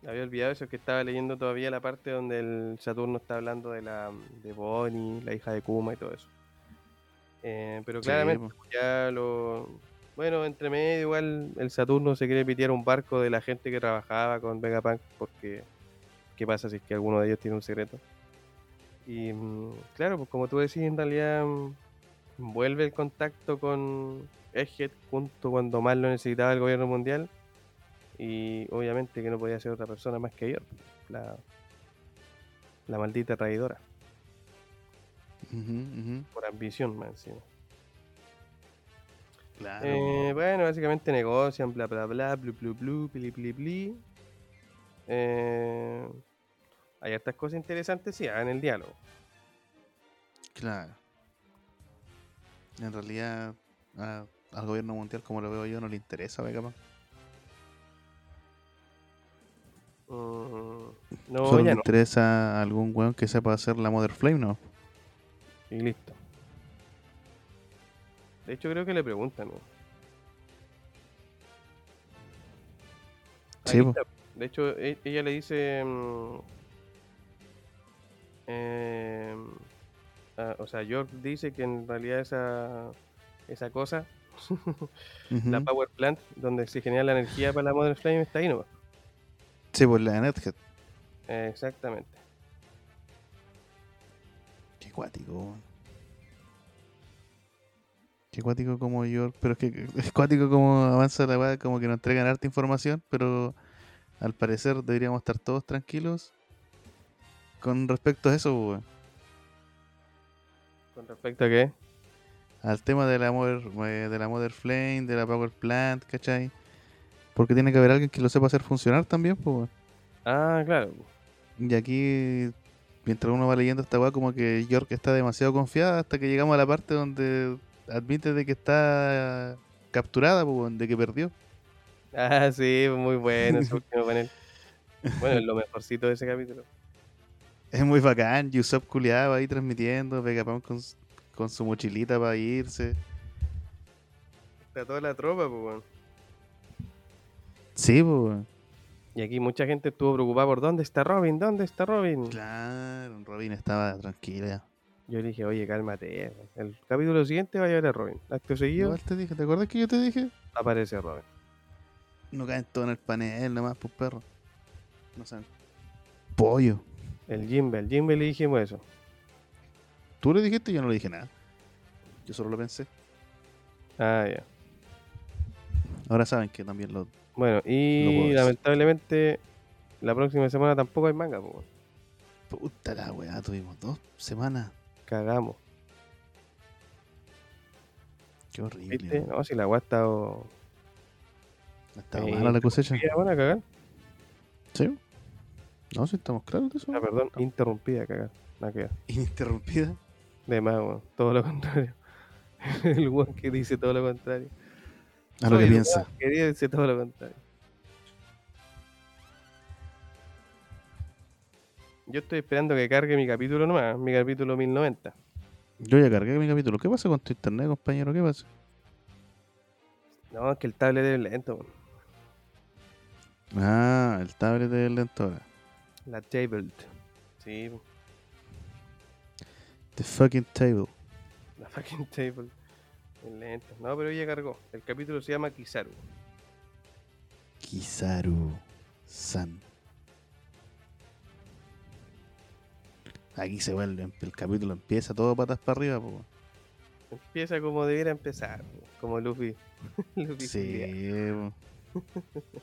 [SPEAKER 2] había olvidado eso que estaba leyendo todavía la parte donde el Saturno está hablando de la de Bonnie, la hija de Kuma y todo eso. Eh, pero
[SPEAKER 3] Sí,
[SPEAKER 2] claramente
[SPEAKER 3] po.
[SPEAKER 2] ya lo. Bueno, entre medio, igual el Saturno se quiere pitear un barco de la gente que trabajaba con Vegapunk, porque. ¿Qué pasa si es que alguno de ellos tiene un secreto? Y mm, claro, pues como tú decís, en realidad mm, vuelve el contacto con Egghead junto cuando más lo necesitaba el gobierno mundial. Y obviamente que no podía ser otra persona más que yo, la, la maldita traidora,
[SPEAKER 3] Ujú, ujú.
[SPEAKER 2] por ambición más encima.
[SPEAKER 3] Claro.
[SPEAKER 2] Eh, bueno, básicamente negocian, bla bla bla, blu blu blu, pli pli pli. Eh, hay estas cosas interesantes, sí, en el diálogo.
[SPEAKER 3] Claro. En realidad, a- al gobierno mundial, como lo veo yo, no le interesa Vegapunk.
[SPEAKER 2] Mm, no,
[SPEAKER 3] Solo
[SPEAKER 2] ya
[SPEAKER 3] le
[SPEAKER 2] no.
[SPEAKER 3] interesa a algún weón que sepa hacer la Mother Flame, ¿no?
[SPEAKER 2] Y listo. De hecho, creo que le preguntan. ¿no?
[SPEAKER 3] Sí,
[SPEAKER 2] Ahí
[SPEAKER 3] po.
[SPEAKER 2] está. De hecho, e- ella le dice. mm, em, ah, o sea, York dice que en realidad esa, esa cosa la
[SPEAKER 3] Ujú.
[SPEAKER 2] power plant donde se genera la energía para la Mother Flame está ahí nomás.
[SPEAKER 3] Sí, pues la de Nethead.
[SPEAKER 2] Eh, exactamente.
[SPEAKER 3] Qué cuático, weón. Qué cuático como York. Pero es que es cuático como avanza la weá, como que nos entregan harta información, pero al parecer deberíamos estar todos tranquilos con respecto a eso, pues, weón.
[SPEAKER 2] Con respecto a qué?
[SPEAKER 3] al tema de la Mother, eh, de la Mother Flame, de la Power Plant, ¿cachai? Porque tiene que haber alguien que lo sepa hacer funcionar también, pues. weón.
[SPEAKER 2] Ah, claro. po.
[SPEAKER 3] Y aquí, mientras uno va leyendo esta weá, como que York está demasiado confiada hasta que llegamos a la parte donde admite de que está capturada, pues, weón, de que perdió.
[SPEAKER 2] Ah, sí, muy bueno ese último panel. Bueno, es lo mejorcito de ese capítulo.
[SPEAKER 3] Es muy bacán, Yusop culeaba ahí transmitiendo, Vegapunk con, s- con su mochilita para irse.
[SPEAKER 2] Está toda la tropa, pues,
[SPEAKER 3] Sí, pues. weón.
[SPEAKER 2] Y aquí mucha gente estuvo preocupada por dónde está Robin, dónde está Robin.
[SPEAKER 3] Claro, Robin estaba tranquila.
[SPEAKER 2] Yo le dije, oye, cálmate. eh, El capítulo siguiente va a llegar a Robin. Acto seguido
[SPEAKER 3] Igual te dije, ¿te acuerdas que yo te dije?
[SPEAKER 2] aparece Robin.
[SPEAKER 3] No caen todo en el panel nomás, pues perro. No saben. Pollo.
[SPEAKER 2] El Jimbe, el Jimbe le dijimos eso.
[SPEAKER 3] Tú le dijiste y yo no le dije nada. Yo solo lo pensé.
[SPEAKER 2] Ah, ya.
[SPEAKER 3] Ahora saben que también lo.
[SPEAKER 2] Bueno,
[SPEAKER 3] No puedo
[SPEAKER 2] y
[SPEAKER 3] decir.
[SPEAKER 2] lamentablemente la próxima semana tampoco hay manga, pues.
[SPEAKER 3] Puta la weá, tuvimos dos semanas.
[SPEAKER 2] Cagamos.
[SPEAKER 3] Qué horrible.
[SPEAKER 2] ¿Viste?
[SPEAKER 3] weón.
[SPEAKER 2] No, si la agua está estado...
[SPEAKER 3] Ha estado
[SPEAKER 2] Eh,
[SPEAKER 3] mala la cosecha.
[SPEAKER 2] Interrumpida, bueno, cagar.
[SPEAKER 3] Sí. No, sí, estamos claros de eso.
[SPEAKER 2] Ah, perdón, interrumpida, cagar. Nada que ver.
[SPEAKER 3] Ininterrumpida.
[SPEAKER 2] De más, weón. Todo lo contrario. el weón que dice todo lo contrario.
[SPEAKER 3] A lo
[SPEAKER 2] Soy
[SPEAKER 3] que
[SPEAKER 2] el
[SPEAKER 3] piensa.
[SPEAKER 2] weón que dice todo lo contrario. Yo estoy esperando que cargue mi capítulo nomás, mi capítulo 1090.
[SPEAKER 3] Yo ya cargué mi capítulo. ¿Qué pasa con tu internet, compañero? ¿Qué pasa?
[SPEAKER 2] No, es que el tablet es lento, weón.
[SPEAKER 3] Ah, el tablet de lentora.
[SPEAKER 2] La tablet. Sí, weón.
[SPEAKER 3] The fucking table.
[SPEAKER 2] la fucking tablet. Es lento. No, pero ya cargó. El capítulo se llama Kizaru.
[SPEAKER 3] Kizaru San. Aquí se vuelve, el capítulo empieza todo patas para arriba, po.
[SPEAKER 2] Empieza como debiera empezar, weón. como Luffy. Luffy culiao.
[SPEAKER 3] Sí, po.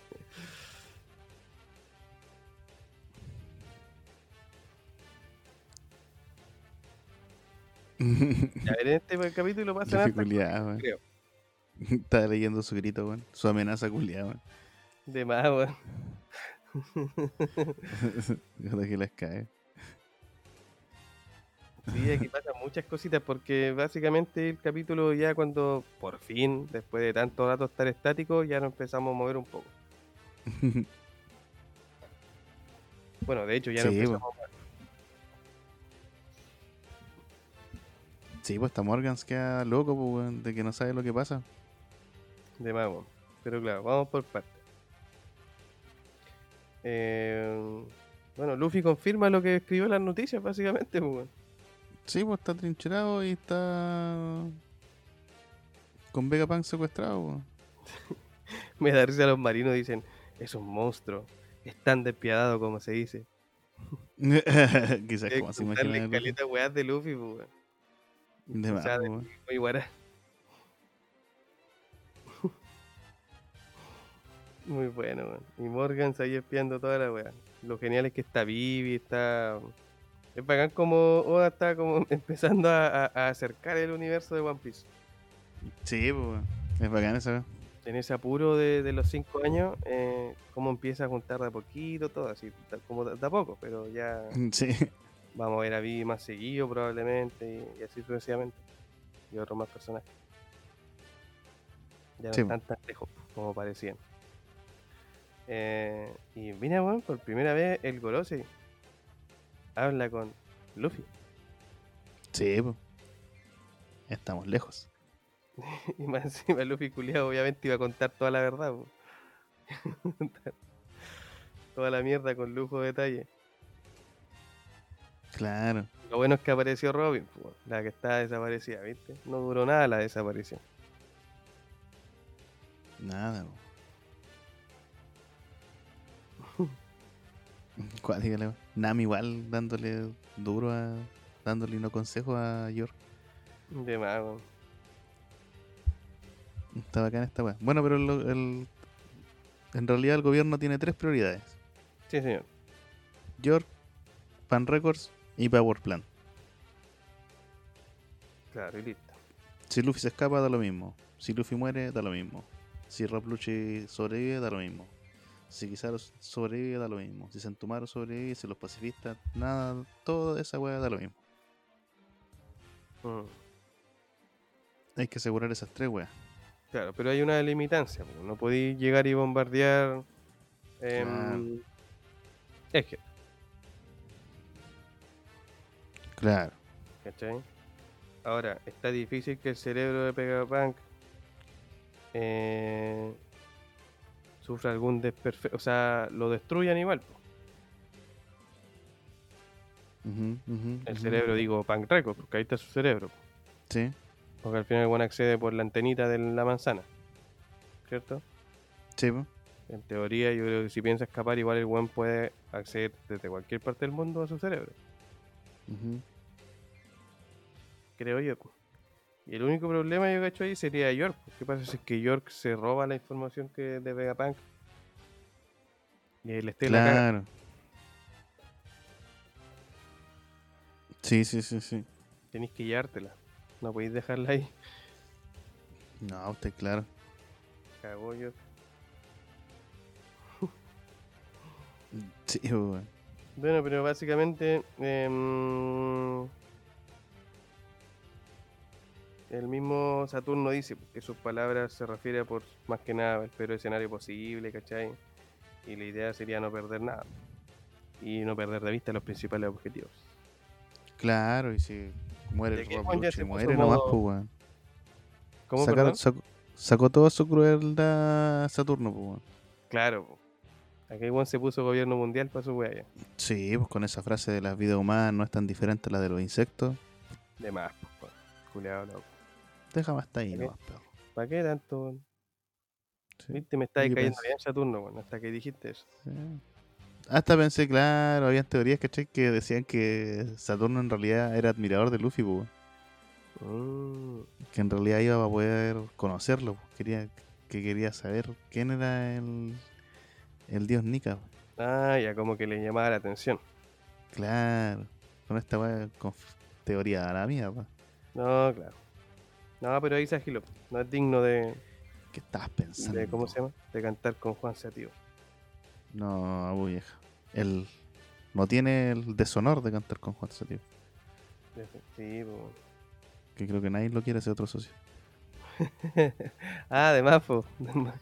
[SPEAKER 2] Ya, en este pues, capítulo pasan
[SPEAKER 3] Luffy
[SPEAKER 2] hartas
[SPEAKER 3] culiao, weón.
[SPEAKER 2] creo.
[SPEAKER 3] Estaba leyendo su grito, weón. Su amenaza culiada,
[SPEAKER 2] de más, weón.
[SPEAKER 3] que les cae.
[SPEAKER 2] Sí, aquí pasan muchas cositas porque básicamente el capítulo ya cuando por fin, después de tanto rato estar estático, ya nos empezamos a mover un poco. Bueno, de hecho ya nos
[SPEAKER 3] Sí,
[SPEAKER 2] empezamos a mover.
[SPEAKER 3] Sí, pues hasta Morgans queda loco, po, weón, de que no sabe lo que pasa.
[SPEAKER 2] de más, weón. Pero claro, vamos por partes. Eh, bueno, Luffy confirma lo que escribió en las noticias, básicamente, pues, weón.
[SPEAKER 3] Sí, pues está trincherado y está Con Vegapunk secuestrado, weón.
[SPEAKER 2] Me da risa los marinos, dicen, es un monstruo, es tan despiadado como se dice.
[SPEAKER 3] Quizás
[SPEAKER 2] Debe
[SPEAKER 3] como se
[SPEAKER 2] contarle
[SPEAKER 3] imaginan. el-
[SPEAKER 2] caleta weas de Luffy, pues, weón.
[SPEAKER 3] De más,
[SPEAKER 2] o sea,
[SPEAKER 3] po,
[SPEAKER 2] de-
[SPEAKER 3] weón.
[SPEAKER 2] Muy buena. Muy bueno, weón. Y Morgan se ahí espiando toda la weá. Lo genial es que está Vivi, está. Es bacán como Oda está como empezando a, a- a acercar el universo de One Piece.
[SPEAKER 3] Sí, po, weón. Es bacán esa, weón.
[SPEAKER 2] En ese apuro de, de los cinco años, eh, cómo empieza a juntar de a poquito, todo así, ta- como de de a poco, pero ya
[SPEAKER 3] Sí.
[SPEAKER 2] vamos a ver a Vivi más seguido probablemente y, y así sucesivamente. Y otros más personajes. Ya no
[SPEAKER 3] Sí, po.
[SPEAKER 2] están tan lejos como parecían. Eh, y mira, weón, por primera vez el Gorose habla con Luffy.
[SPEAKER 3] Sí, po. Estamos lejos.
[SPEAKER 2] Y más encima Luffy culiado obviamente iba a contar toda la verdad. po. toda la mierda con lujo de detalle.
[SPEAKER 3] Claro.
[SPEAKER 2] Lo bueno es que apareció Robin, po, la que está desaparecida, ¿viste? No duró nada la desaparición.
[SPEAKER 3] Nada, po. ¿Cuál es la- Nami igual dándole duro a. dándole unos consejos a York.
[SPEAKER 2] De más, weón.
[SPEAKER 3] Está bacán esta weá. Bueno, pero lo- el- en realidad el gobierno tiene tres prioridades:
[SPEAKER 2] Sí, señor.
[SPEAKER 3] York, Pan Records y Power Plant.
[SPEAKER 2] Claro, y listo.
[SPEAKER 3] Si Luffy se escapa, da lo mismo. Si Luffy muere, da lo mismo. Si Rob Lucci sobrevive, da lo mismo. Si Kizaru sobrevive, da lo mismo. Si Santumaru sobrevive, si los pacifistas, nada, toda esa weá da lo mismo.
[SPEAKER 2] Mm,
[SPEAKER 3] Hay que asegurar esas tres weas.
[SPEAKER 2] Claro, pero hay una limitancia. po, No podéis llegar y bombardear. em,
[SPEAKER 3] Claro.
[SPEAKER 2] Es que,
[SPEAKER 3] Claro.
[SPEAKER 2] ¿cachai? Ahora, está difícil que el cerebro de Pegapunk eh, sufra algún desperfecto. O sea, lo destruyan igual. po.
[SPEAKER 3] Ujú, ujú,
[SPEAKER 2] El
[SPEAKER 3] ujú.
[SPEAKER 2] cerebro, digo, Punk Record, porque ahí está su cerebro. po.
[SPEAKER 3] Sí,
[SPEAKER 2] Porque al final el buen accede por la antenita de la manzana. ¿Cierto?
[SPEAKER 3] sí, po.
[SPEAKER 2] En teoría, yo creo que si piensa escapar, igual el buen puede acceder desde cualquier parte del mundo a su cerebro.
[SPEAKER 3] Ujú.
[SPEAKER 2] creo yo. po. Y el único problema yo cacho ahí sería York. po. ¿Qué pasa si es que York se roba la información que de Vegapunk? Y el esté la caga.
[SPEAKER 3] Claro. Sí, sí, sí, sí.
[SPEAKER 2] Tenéis que llevártela. No podéis dejarla ahí.
[SPEAKER 3] No, usted, claro.
[SPEAKER 2] Cagó York.
[SPEAKER 3] Sí, po, weón.
[SPEAKER 2] Bueno, pero básicamente. em, el mismo Saturno dice que sus palabras se refiere por más que nada al peor escenario posible, ¿cachai? Y la idea sería no perder nada. Y no perder de vista los principales objetivos.
[SPEAKER 3] Claro, y si
[SPEAKER 2] Ya
[SPEAKER 3] muere
[SPEAKER 2] que
[SPEAKER 3] el Rob
[SPEAKER 2] Juan ya
[SPEAKER 3] Lucci,
[SPEAKER 2] se puso
[SPEAKER 3] muere nomás,
[SPEAKER 2] modo-
[SPEAKER 3] po, weón.
[SPEAKER 2] ¿Cómo,
[SPEAKER 3] Sacaron-
[SPEAKER 2] perdón?
[SPEAKER 3] sacó, sacó toda su crueldad a Saturno, pues. weón.
[SPEAKER 2] Claro. po. Aquí Juan se puso gobierno mundial para su wea ya.
[SPEAKER 3] Sí, pues con esa frase de las vidas humanas no es tan diferente a la de los insectos.
[SPEAKER 2] De más, pues, weón. Culeado loco.
[SPEAKER 3] Déjame hasta ahí
[SPEAKER 2] Ok.
[SPEAKER 3] nomás, perro.
[SPEAKER 2] ¿Para qué tanto? weón?
[SPEAKER 3] Sí,
[SPEAKER 2] Viste, me estáis
[SPEAKER 3] Yo
[SPEAKER 2] cayendo
[SPEAKER 3] pensé-
[SPEAKER 2] bien Saturno, weón, hasta que dijiste eso.
[SPEAKER 3] sí. Hasta pensé, claro, habían teorías, ¿cachai? Que decían que Saturno en realidad era admirador de Luffy, pues. weón.
[SPEAKER 2] Mm,
[SPEAKER 3] Que en realidad iba a poder conocerlo, pues. Quería, que quería saber quién era el, el dios Nika, pues.
[SPEAKER 2] Ah, ya como que le llamaba la atención.
[SPEAKER 3] Claro. Con esta weá, con f- teoría a la mierda.
[SPEAKER 2] No, claro. No, pero ahí se agiló. No es digno de,
[SPEAKER 3] ¿Qué estabas pensando?
[SPEAKER 2] de ¿cómo se llama? De cantar con Juan Sativo.
[SPEAKER 3] No, abu vieja. Él no tiene el deshonor de cantar con Juan Sativo.
[SPEAKER 2] De- Sí, po, weón.
[SPEAKER 3] Que creo que nadie lo quiere ese otro socio.
[SPEAKER 2] Ah, además, pues.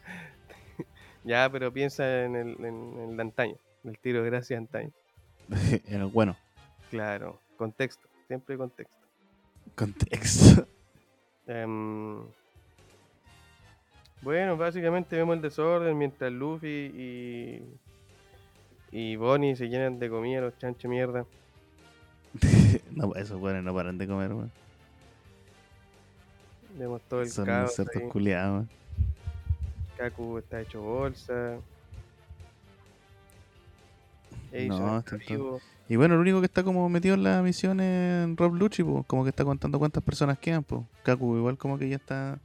[SPEAKER 2] ya, pero piensa en el, en el de antaño. El tiro de gracia de antaño.
[SPEAKER 3] en Eh, el bueno.
[SPEAKER 2] Claro, contexto. Siempre contexto.
[SPEAKER 3] Contexto.
[SPEAKER 2] Em, bueno, básicamente vemos el desorden mientras Luffy y, y Bonnie se llenan de comida, los chanchos mierda.
[SPEAKER 3] no, esos weones no paran de comer, weón.
[SPEAKER 2] Vemos todo el
[SPEAKER 3] Son
[SPEAKER 2] caos.
[SPEAKER 3] ciertos
[SPEAKER 2] ahí.
[SPEAKER 3] culiados.
[SPEAKER 2] Kaku está hecho bolsa. Jason
[SPEAKER 3] No,
[SPEAKER 2] está
[SPEAKER 3] están todos-
[SPEAKER 2] vivo.
[SPEAKER 3] Y bueno, el único que está como metido en la misión es Rob Lucci, po, como que está contando cuántas personas quedan, pues. Kaku igual como que ya está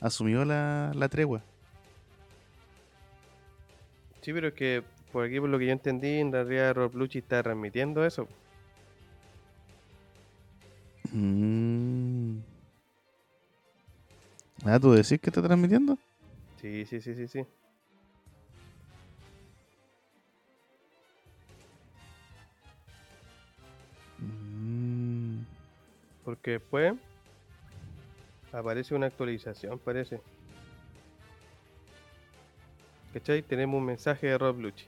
[SPEAKER 3] asumió la, la tregua.
[SPEAKER 2] Sí, pero es que por aquí, por lo que yo entendí, en realidad Rob Lucci está transmitiendo eso.
[SPEAKER 3] Mm. Ah, ¿tú decís que está transmitiendo?
[SPEAKER 2] Sí, sí, sí, sí, sí.
[SPEAKER 3] Mm.
[SPEAKER 2] Porque después aparece una actualización, parece. ¿Cachai? Tenemos un mensaje de Rob Lucci.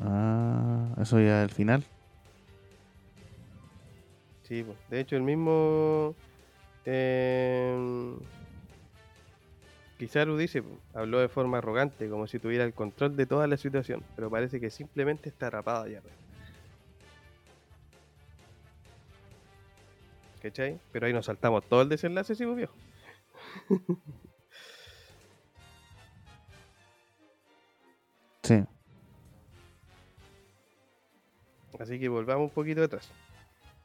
[SPEAKER 3] Ah, eso ya al final.
[SPEAKER 2] Sí, po. de hecho el mismo eh, Kizaru dice, po, habló de forma arrogante, como si tuviera el control de toda la situación, pero parece que simplemente está rapada ya. pues. ¿Cachai? Pero ahí nos saltamos todo el desenlace, sí, po, viejo.
[SPEAKER 3] Sí.
[SPEAKER 2] Así que volvamos un poquito atrás.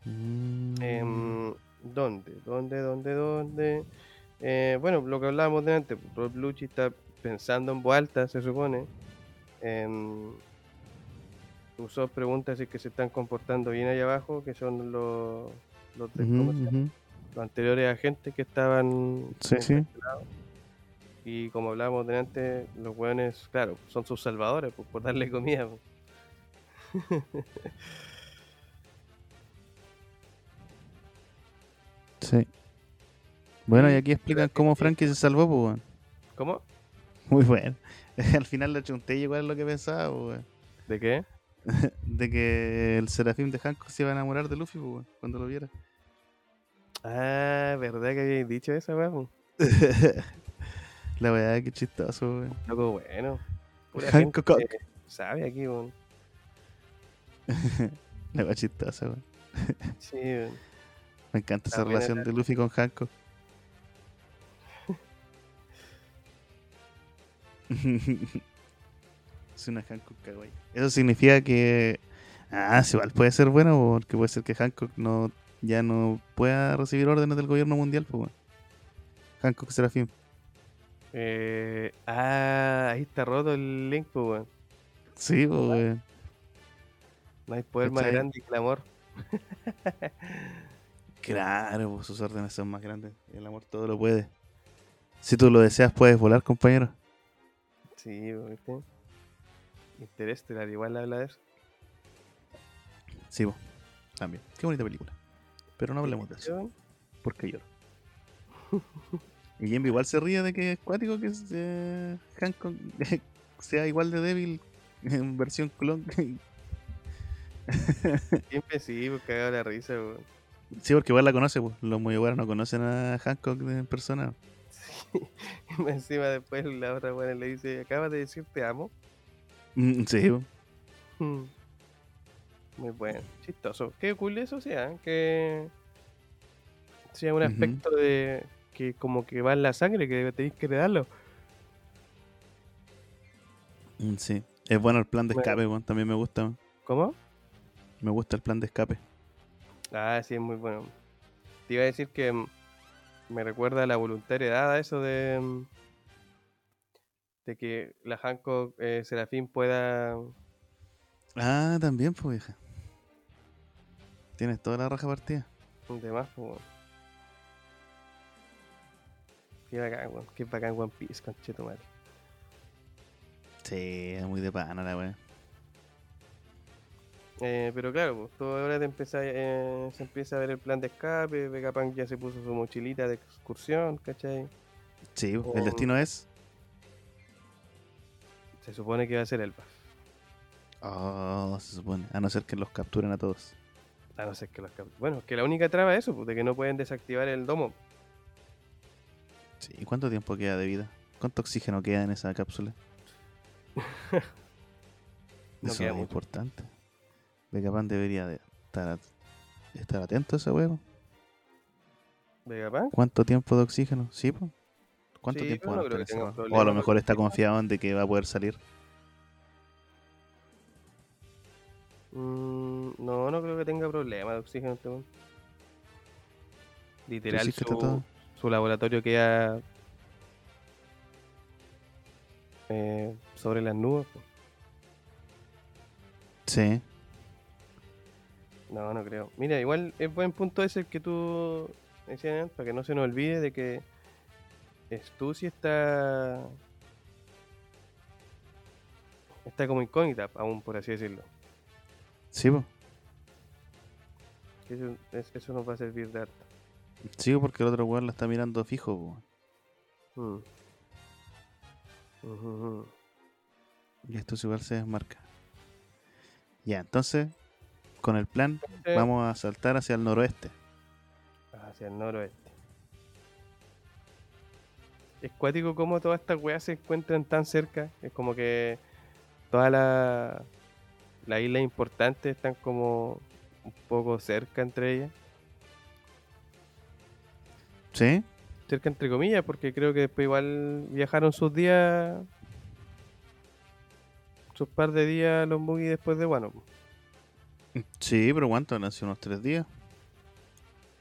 [SPEAKER 3] Mm.
[SPEAKER 2] Em, ¿Dónde? ¿Dónde? ¿Dónde? ¿Dónde? Eh, bueno, lo que hablábamos de antes, Rob Lucci está pensando en voz alta, se supone. Em, Usopp pregunta si es que se están comportando bien allá abajo, que son los, los, de-
[SPEAKER 3] Ujú,
[SPEAKER 2] ¿cómo se llama?
[SPEAKER 3] ujú.
[SPEAKER 2] los anteriores agentes que estaban.
[SPEAKER 3] Sí, sí.
[SPEAKER 2] Y como hablábamos de antes, los hueones, claro, son sus salvadores pues, por darle comida. pues.
[SPEAKER 3] Sí. Bueno, y aquí explican cómo Frankie se salvó, pues, weón.
[SPEAKER 2] ¿Cómo?
[SPEAKER 3] Muy bueno. Al final le chunté igual es lo que pensaba, pues, weón.
[SPEAKER 2] ¿De qué?
[SPEAKER 3] De que el serafín de Hancock se iba a enamorar de Luffy, pues, weón, cuando lo viera.
[SPEAKER 2] Ah, ¿verdad que habéis dicho esa, weón?
[SPEAKER 3] La verdad que chistoso, weón.
[SPEAKER 2] Loco, pues bueno. Pura gente
[SPEAKER 3] Hancock.
[SPEAKER 2] sabe aquí, weón.
[SPEAKER 3] La weá chistosa, weón.
[SPEAKER 2] Sí, weón.
[SPEAKER 3] Me encanta esa
[SPEAKER 2] Ah, buena
[SPEAKER 3] relación
[SPEAKER 2] la-
[SPEAKER 3] de Luffy con Hancock. es una Hancock kawaii. Eso significa que. Ah, sí, igual puede ser bueno, po, porque puede ser que Hancock no ya no pueda recibir órdenes del gobierno mundial, pues bueno. Hancock Serafín.
[SPEAKER 2] Eh, ah, ahí está roto el link, pues, weón.
[SPEAKER 3] Sí, pues weón.
[SPEAKER 2] No hay poder más
[SPEAKER 3] ¿Cachai?
[SPEAKER 2] grande que el amor.
[SPEAKER 3] Claro, po, sus órdenes son más grandes. El amor todo lo puede. Si tú lo deseas, puedes volar, compañero.
[SPEAKER 2] Sí, weón, ¿viste? Interestelar, igual habla de eso.
[SPEAKER 3] Sí, po. también. Qué bonita película. Pero no hablemos de eso. porque lloro. y Jimmy igual se ríe de que es cuático que es, eh, Hancock sea igual de débil en versión clon.
[SPEAKER 2] Siempre sí, pues cagado la risa, weón.
[SPEAKER 3] sí, porque igual la conoce, pues. los muy buenos no conocen a Hancock en persona.
[SPEAKER 2] Y más Encima después la otra weón le dice, acabas de decir te amo.
[SPEAKER 3] Mm, sí, po.
[SPEAKER 2] Mm. Muy bueno, chistoso. Qué cool eso sea, ¿eh? que sea un
[SPEAKER 3] Ujú.
[SPEAKER 2] aspecto de que como que va en la sangre, que tenéis que heredarlo.
[SPEAKER 3] Mm, sí. Es bueno el plan de
[SPEAKER 2] Bueno.
[SPEAKER 3] escape, weón, también me gusta.
[SPEAKER 2] ¿Cómo?
[SPEAKER 3] Me gusta el plan de escape.
[SPEAKER 2] Ah, sí, es muy bueno. Te iba a decir que mm, me recuerda a la voluntariedad, a eso de, mm, de que la Hancock eh, Serafín pueda...
[SPEAKER 3] Ah, también, pues vieja. Tienes toda la raja partida.
[SPEAKER 2] demás, pues, weón. Qué bacán, weón. Qué bacán One Piece, conchetumare.
[SPEAKER 3] Sí, es muy de pana la weá.
[SPEAKER 2] Eh, pero claro, pues, todo ahora te empieza, eh, se empieza a ver el plan de escape, Vegapunk ya se puso su mochilita de excursión, ¿cachai?
[SPEAKER 3] Sí, po.
[SPEAKER 2] Oh.
[SPEAKER 3] el destino es.
[SPEAKER 2] Se supone que va a ser Elba,
[SPEAKER 3] Oh, se supone. A no ser que los capturen a todos.
[SPEAKER 2] a no ser que los cap- Bueno, es que la única traba es eso, pues, de que no pueden desactivar el domo.
[SPEAKER 3] Sí, ¿y cuánto tiempo queda de vida? ¿Cuánto oxígeno queda en esa cápsula?
[SPEAKER 2] No
[SPEAKER 3] Eso
[SPEAKER 2] queda
[SPEAKER 3] es
[SPEAKER 2] mucho.
[SPEAKER 3] importante. Vegapunk debería de estar at- Estar atento a ese huevo.
[SPEAKER 2] Vegapunk.
[SPEAKER 3] ¿Cuánto tiempo de oxígeno? Sí, po. ¿Cuánto
[SPEAKER 2] Sí,
[SPEAKER 3] tiempo
[SPEAKER 2] pero no
[SPEAKER 3] va a
[SPEAKER 2] creo que
[SPEAKER 3] estar
[SPEAKER 2] tenga
[SPEAKER 3] encerrado? O a
[SPEAKER 2] problema
[SPEAKER 3] lo
[SPEAKER 2] con
[SPEAKER 3] mejor
[SPEAKER 2] el
[SPEAKER 3] está
[SPEAKER 2] tiempo.
[SPEAKER 3] confiado en de que va a poder salir.
[SPEAKER 2] Mm, no, no creo que tenga problema de oxígeno este weón. Literal,
[SPEAKER 3] decís que está
[SPEAKER 2] su,
[SPEAKER 3] todo?
[SPEAKER 2] su laboratorio queda eh, sobre las nubes. po.
[SPEAKER 3] Sí.
[SPEAKER 2] No, no creo. Mira, igual es buen punto ese que tú decías, Nen, para que no se nos olvide de que Stussy está. Está como incógnita, aún por así decirlo.
[SPEAKER 3] Sí, po.
[SPEAKER 2] Eso, es- eso nos va a servir de harto.
[SPEAKER 3] Sí, po, porque el otro weón la está mirando fijo, po.
[SPEAKER 2] Mm. Ujú, ujú.
[SPEAKER 3] Y esto igual se desmarca. Ya, entonces, con el plan,
[SPEAKER 2] Eh,
[SPEAKER 3] vamos a saltar hacia el noroeste.
[SPEAKER 2] Hacia el noroeste. Es cuático cómo todas estas weas se encuentran tan cerca. Es como que todas las las islas importantes están como un poco cerca entre ellas.
[SPEAKER 3] ¿Sí?
[SPEAKER 2] Cerca entre comillas, porque creo que después igual viajaron sus días. Sus par de días los buggy después de Wano. po.
[SPEAKER 3] Sí, pero ¿cuánto? Han sido unos tres días.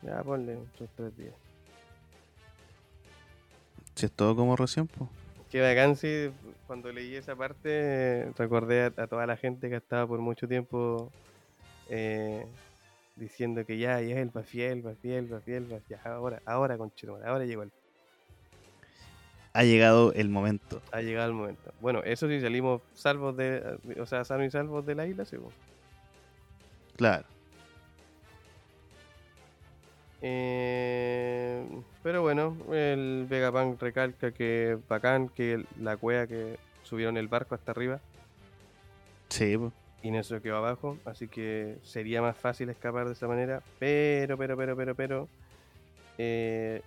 [SPEAKER 2] Ya ponle sus tres días.
[SPEAKER 3] Si es todo como recién, po.
[SPEAKER 2] Qué bacán, sí. Cuando leí esa parte, eh, recordé a, a toda la gente que estaba por mucho tiempo eh, diciendo que ya, ya es el Bafiel, Bafiel, Bafiel, Bafiel. Ahora, ahora, conchetumare, ahora llegó el.
[SPEAKER 3] Ha llegado el momento.
[SPEAKER 2] Ha llegado el momento. Bueno, eso sí, salimos salvos de. O sea, sanos y salvos de la isla, sí. po.
[SPEAKER 3] Claro.
[SPEAKER 2] Eh, pero bueno, el Vegapunk recalca que bacán, que el- la cueva que subieron el barco hasta arriba
[SPEAKER 3] Sí, po.
[SPEAKER 2] y en eso quedó abajo, así que sería más fácil escapar de esa manera, pero, pero, pero, pero, pero, eh,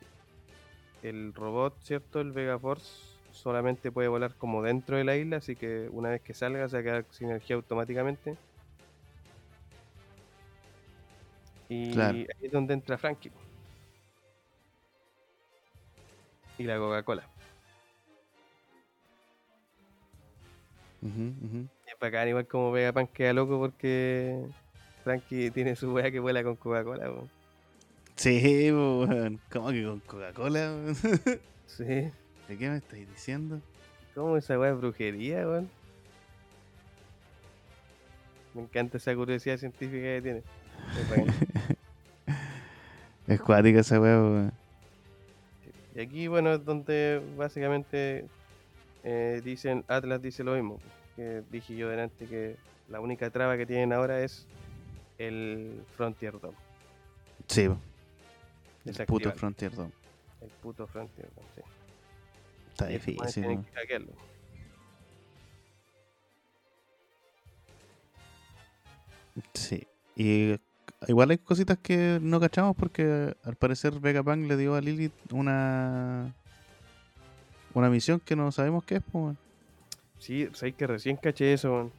[SPEAKER 2] el robot, ¿cierto? El Vegaforce solamente puede volar como dentro de la isla, así que una vez que salga se va a quedar sin energía automáticamente. Y
[SPEAKER 3] Claro.
[SPEAKER 2] ahí es donde entra Frankie. Y la Coca-Cola.
[SPEAKER 3] Ujú, ujú.
[SPEAKER 2] Es bacán, igual como Vegapunk queda loco porque Frankie tiene su wea que vuela con Coca-Cola. po.
[SPEAKER 3] Sí, po, weón. ¿Cómo que con Coca-Cola? weón?
[SPEAKER 2] Sí.
[SPEAKER 3] ¿De qué me estáis diciendo?
[SPEAKER 2] ¿Cómo esa weá es brujería, weón? Me encanta esa curiosidad científica que tiene. Es bacán.
[SPEAKER 3] Es cuática esa weá, po, weón.
[SPEAKER 2] y aquí, bueno, es donde básicamente eh, dicen, Atlas dice lo mismo, que dije yo delante que la única traba que tienen ahora es el Frontier Dome.
[SPEAKER 3] Sí, po. El puto
[SPEAKER 2] Desactivarlo.
[SPEAKER 3] Frontier Dome.
[SPEAKER 2] El puto Frontier Dome, sí.
[SPEAKER 3] Está
[SPEAKER 2] Y estos manes
[SPEAKER 3] difícil,
[SPEAKER 2] tienen
[SPEAKER 3] weón.
[SPEAKER 2] que hackearlo.
[SPEAKER 3] Sí. Y igual hay cositas que no cachamos porque al parecer Vegapunk le dio a Lilith una una misión que no sabemos qué es, po, weón.
[SPEAKER 2] Sí, sabéis que recién caché eso, weón.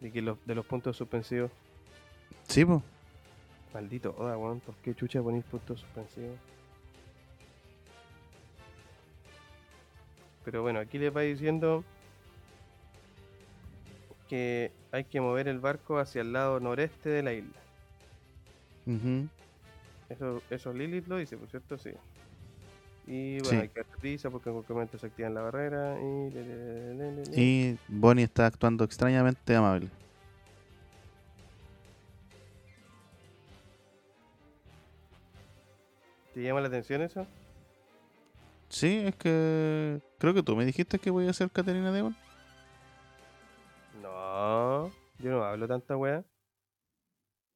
[SPEAKER 2] De, que los, de los puntos suspensivos.
[SPEAKER 3] Sí, po.
[SPEAKER 2] Maldito Oda, weón, ¿por qué chucha ponéis puntos suspensivos? Pero bueno, aquí les va diciendo que hay que mover el barco hacia el lado noreste de la isla.
[SPEAKER 3] Ujú.
[SPEAKER 2] Eso, eso Lilith lo dice, por cierto, sí. Y bueno,
[SPEAKER 3] Sí.
[SPEAKER 2] hay que hacer prisa porque en cualquier momento se activan la barrera y... le, le, le, le, le, le.
[SPEAKER 3] Y Bonnie está actuando extrañamente amable.
[SPEAKER 2] ¿Te llama la atención eso?
[SPEAKER 3] Sí, es que creo que tú me dijiste que voy a ser Caterina Devon.
[SPEAKER 2] No, yo no hablo tanta wea.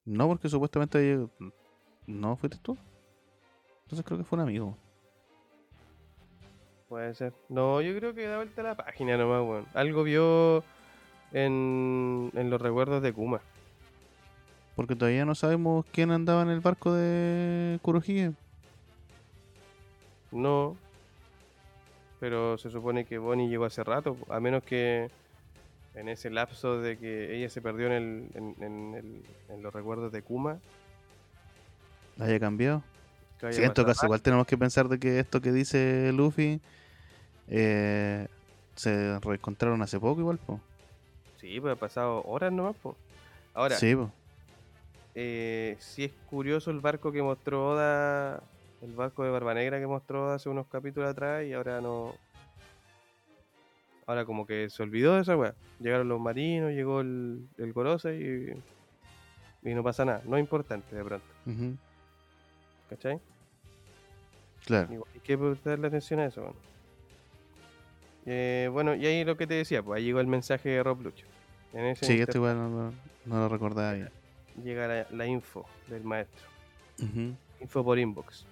[SPEAKER 3] No, porque supuestamente yo- no fuiste tú. Entonces creo que fue un amigo.
[SPEAKER 2] Puede ser. No, yo creo que da vuelta a la página nomás, weón. Algo vio en, en los recuerdos de Kuma.
[SPEAKER 3] Porque todavía no sabemos quién andaba en el barco de Kurohige.
[SPEAKER 2] No. Pero se supone que Bonnie llegó hace rato, a menos que en ese lapso de que ella se perdió en, el, en, en el- en los recuerdos de Kuma.
[SPEAKER 3] ¿La haya cambiado?
[SPEAKER 2] que haya
[SPEAKER 3] Sí, en
[SPEAKER 2] pasado-
[SPEAKER 3] todo caso, igual tenemos que pensar de que esto que dice Luffy eh, se reencontraron hace poco igual, po.
[SPEAKER 2] Sí, pues ha pasado horas nomás. po. Ahora,
[SPEAKER 3] Sí, po.
[SPEAKER 2] eh, sí es curioso el barco que mostró Oda, el barco de Barba Negra que mostró Oda hace unos capítulos atrás y ahora no. Ahora como que se olvidó de esa weá. Llegaron los marinos, llegó el, el Gorosei y, y no pasa nada. No es importante de pronto,
[SPEAKER 3] Ujú,
[SPEAKER 2] ¿cachai?
[SPEAKER 3] Claro.
[SPEAKER 2] Igual hay que prestarle atención a eso. Bueno. Eh, bueno, y ahí lo que te decía, pues ahí llegó el mensaje de Rob Lucho. En ese
[SPEAKER 3] Sí,
[SPEAKER 2] instante
[SPEAKER 3] este esto igual no, lo- no lo recordaba bien.
[SPEAKER 2] llega la, la info del maestro.
[SPEAKER 3] Ujú,
[SPEAKER 2] Info por inbox.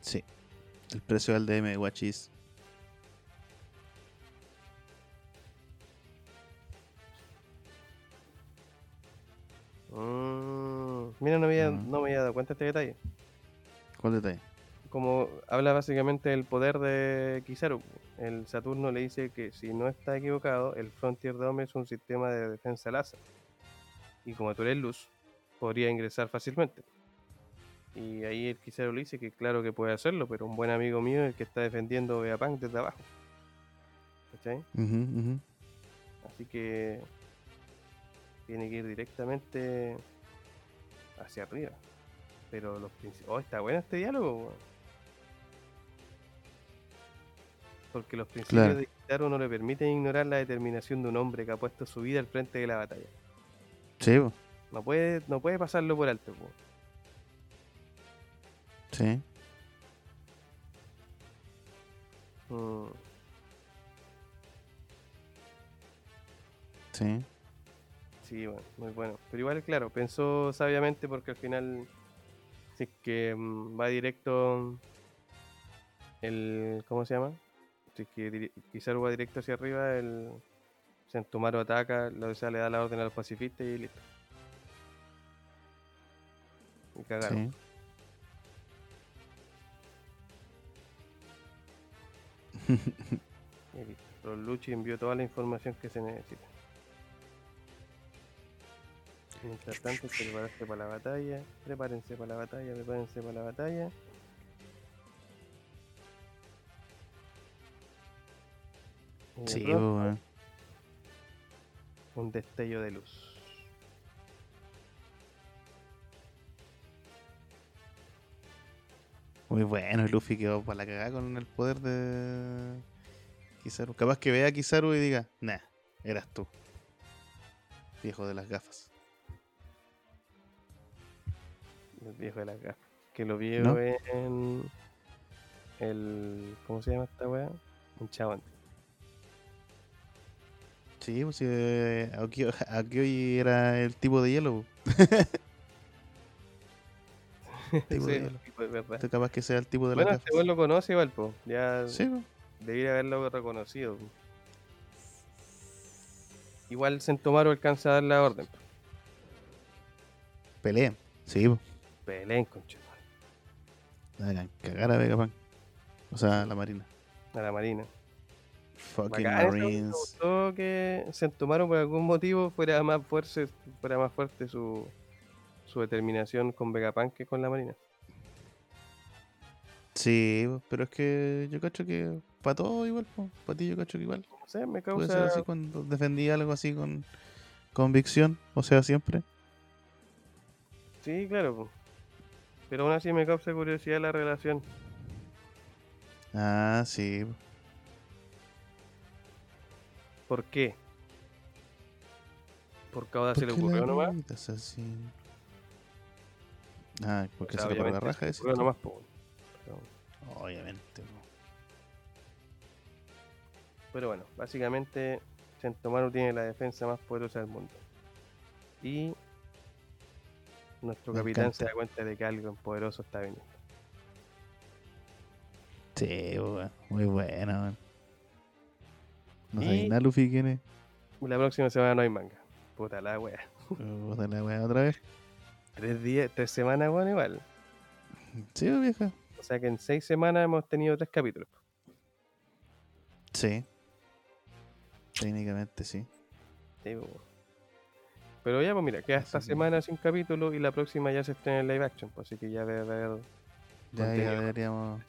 [SPEAKER 3] Sí. El precio del DM de Watchis.
[SPEAKER 2] Mm, mira, no, había,
[SPEAKER 3] Ujú.
[SPEAKER 2] no me había dado cuenta de este detalle.
[SPEAKER 3] ¿Cuál detalle?
[SPEAKER 2] Como habla básicamente del poder de Kizaru. El Saturno le dice que si no está equivocado, el Frontier Dome es un sistema de defensa láser. Y como tú eres luz, podría ingresar fácilmente. Y ahí el Kizaru le dice que claro que puede hacerlo, pero un buen amigo mío es el que está defendiendo Vegapunk desde abajo. ¿Cachai?
[SPEAKER 3] Ujú, ujú.
[SPEAKER 2] Así que tiene que ir directamente hacia arriba. Pero los princi- Oh, está bueno este diálogo, weón. Porque los principios
[SPEAKER 3] Claro.
[SPEAKER 2] de Kitaro no le permiten ignorar la determinación de un hombre que ha puesto su vida al frente de la batalla.
[SPEAKER 3] Sí, po.
[SPEAKER 2] No puede, no puede pasarlo por alto, weón.
[SPEAKER 3] Sí.
[SPEAKER 2] Mm,
[SPEAKER 3] Sí.
[SPEAKER 2] sí, bueno, muy bueno. Pero igual, claro, pensó sabiamente porque al final, si es que mm, va directo el. ¿Cómo se llama? Si es que diri- Kizaru va directo hacia arriba, el Sentomaru ataca, lo, o sea, le da la orden a los pacifistas y listo. Y cagaron.
[SPEAKER 3] Sí.
[SPEAKER 2] Y listo. Pero Luchi envió toda la información que se necesita. Mientras tanto, prepararse para la batalla. Prepárense para la batalla, prepárense para la batalla. Y de
[SPEAKER 3] Sí, po,
[SPEAKER 2] pronto,
[SPEAKER 3] weón.
[SPEAKER 2] Eh, un destello de luz.
[SPEAKER 3] Muy bueno, el Luffy quedó para la cagada con el poder de Kizaru. Capaz que vea a Kizaru y diga, nah, eras tú. Viejo de las gafas.
[SPEAKER 2] El viejo de la caja. Que lo vio
[SPEAKER 3] ¿No?
[SPEAKER 2] en. El. ¿Cómo se llama esta weá? Un chabón.
[SPEAKER 3] Sí, pues eh, Aokyo, Aokyoji era el tipo de hielo. po. tipo de hielo.
[SPEAKER 2] tipo de verdad.
[SPEAKER 3] Este capaz que sea el tipo de
[SPEAKER 2] Bueno,
[SPEAKER 3] las
[SPEAKER 2] este weón
[SPEAKER 3] gafas.
[SPEAKER 2] lo conoce igual, po. Ya
[SPEAKER 3] Sí, po.
[SPEAKER 2] Debería haberlo reconocido. po. Igual Sentomaru alcanza a dar la orden. po.
[SPEAKER 3] peleen. Sí, po.
[SPEAKER 2] Peleen, conchetumare,
[SPEAKER 3] La hagan cagar a Vegapunk. O sea, la marina.
[SPEAKER 2] A la marina.
[SPEAKER 3] Fucking
[SPEAKER 2] Bacán, eso, me
[SPEAKER 3] Marines.
[SPEAKER 2] gustó que Sentomaru por algún motivo fuera más fuerte, fuera más fuerte su, su determinación con Vegapunk que con la marina.
[SPEAKER 3] Sí, po, pero es que yo cacho que para todo igual, para ti yo cacho que igual.
[SPEAKER 2] No sé, me
[SPEAKER 3] Puede ser
[SPEAKER 2] causa.
[SPEAKER 3] así cuando defendí algo así con convicción, o sea, siempre.
[SPEAKER 2] Sí, claro. po. Pero aún así me causa curiosidad la relación.
[SPEAKER 3] Ah, sí.
[SPEAKER 2] ¿Por qué? Porque ahora se
[SPEAKER 3] ¿Por
[SPEAKER 2] le
[SPEAKER 3] qué la
[SPEAKER 2] ocurrió nomás.
[SPEAKER 3] vida es así? Ah,
[SPEAKER 2] O
[SPEAKER 3] porque
[SPEAKER 2] sea,
[SPEAKER 3] se le paró la
[SPEAKER 2] obviamente
[SPEAKER 3] raja
[SPEAKER 2] se
[SPEAKER 3] ese.
[SPEAKER 2] le ocurrió nomás, po. Pero-
[SPEAKER 3] Obviamente. po.
[SPEAKER 2] Pero bueno, básicamente Sentomaru tiene la defensa más poderosa del mundo. Y nuestro
[SPEAKER 3] Me
[SPEAKER 2] capitán se
[SPEAKER 3] encanta.
[SPEAKER 2] da cuenta de que algo poderoso está viniendo.
[SPEAKER 3] Sí, po, weón. muy buena, weón. No sabía
[SPEAKER 2] Y-
[SPEAKER 3] nada, Luffy, quién es.
[SPEAKER 2] Y La próxima semana no hay manga. Puta la wea.
[SPEAKER 3] Puta la weá otra vez.
[SPEAKER 2] Tres días, tres semanas, bueno, igual.
[SPEAKER 3] Sí, po, vieja.
[SPEAKER 2] O sea que en seis semanas hemos tenido tres capítulos.
[SPEAKER 3] Sí. Técnicamente sí.
[SPEAKER 2] Sí, po. Pero ya, pues mira, queda esta
[SPEAKER 3] Así que-
[SPEAKER 2] semana sin capítulo y la próxima ya se estrena en live action, pues, así que ya debe haber.
[SPEAKER 3] Ya, ahí
[SPEAKER 2] contenido.
[SPEAKER 3] deberíamos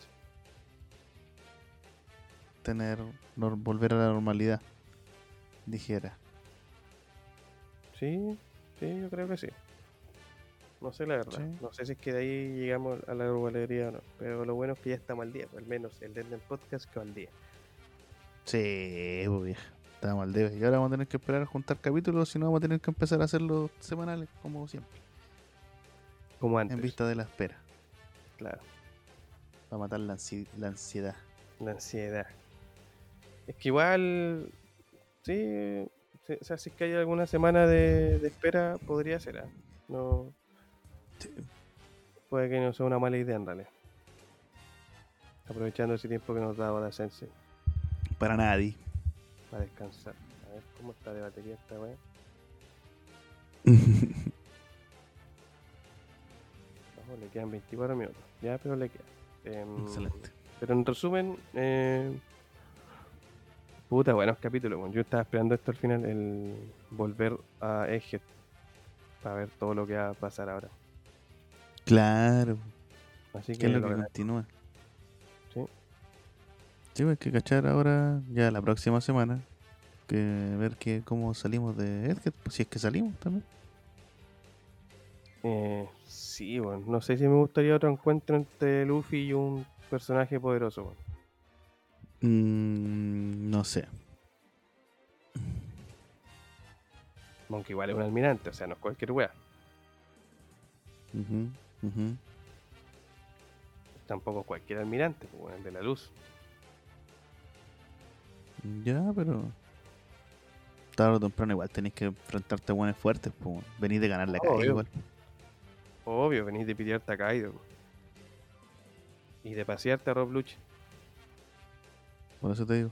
[SPEAKER 3] tener nor- volver a la normalidad. Dijera.
[SPEAKER 2] Sí, sí, yo creo que sí. No sé la verdad.
[SPEAKER 3] Sí.
[SPEAKER 2] No sé si es que de ahí llegamos a la globalería o no. Pero lo bueno es que ya estamos al día. pues, Al menos el Denden Podcast quedó al día.
[SPEAKER 3] Sí, pues vieja. Estamos al debe. Y ahora vamos a tener que esperar a juntar capítulos, si no vamos a tener que empezar a hacerlos semanales, como siempre.
[SPEAKER 2] Como antes.
[SPEAKER 3] En vista de la espera.
[SPEAKER 2] Claro,
[SPEAKER 3] Para matar la, ansi- la ansiedad.
[SPEAKER 2] la ansiedad. Es que igual. Sí. se- O sea, si es que hay alguna semana de, de espera, podría ser. ah. No. Puede que no sea una mala idea, ándale. Aprovechando ese tiempo que nos da ahora Sensei
[SPEAKER 3] Para nadie.
[SPEAKER 2] para descansar. A ver cómo está de batería esta weá. No, le quedan 24 minutos. Ya, pero le queda. Em,
[SPEAKER 3] Excelente.
[SPEAKER 2] Pero en resumen, eh, puta, buenos capítulos. weón. Yo estaba esperando esto al final, el volver a Eje para ver todo lo que va a pasar ahora.
[SPEAKER 3] Claro.
[SPEAKER 2] Así
[SPEAKER 3] ¿Qué
[SPEAKER 2] que,
[SPEAKER 3] es lo que
[SPEAKER 2] lo-
[SPEAKER 3] continúa?
[SPEAKER 2] Sí.
[SPEAKER 3] Sí, pues, hay que cachar ahora, ya la próxima semana, que ver que cómo salimos de Edgar, pues, si es que salimos también.
[SPEAKER 2] eh, sí, bueno, no sé si me gustaría otro encuentro entre Luffy y un personaje poderoso. weón.
[SPEAKER 3] Mm, no sé.
[SPEAKER 2] Aunque igual es un almirante, o sea, no es cualquier wea.
[SPEAKER 3] Ujú, ujú.
[SPEAKER 2] Tampoco cualquier almirante, pues, weón, el de la luz.
[SPEAKER 3] Ya, pero... Tarde o temprano igual tenés que enfrentarte a buenos fuertes, pues. Venís de ganar la
[SPEAKER 2] Obvio.
[SPEAKER 3] calle igual.
[SPEAKER 2] Obvio, venís de pidiarte a Kaido. weón. Y de pasearte a Rob Lucci.
[SPEAKER 3] Por eso te digo.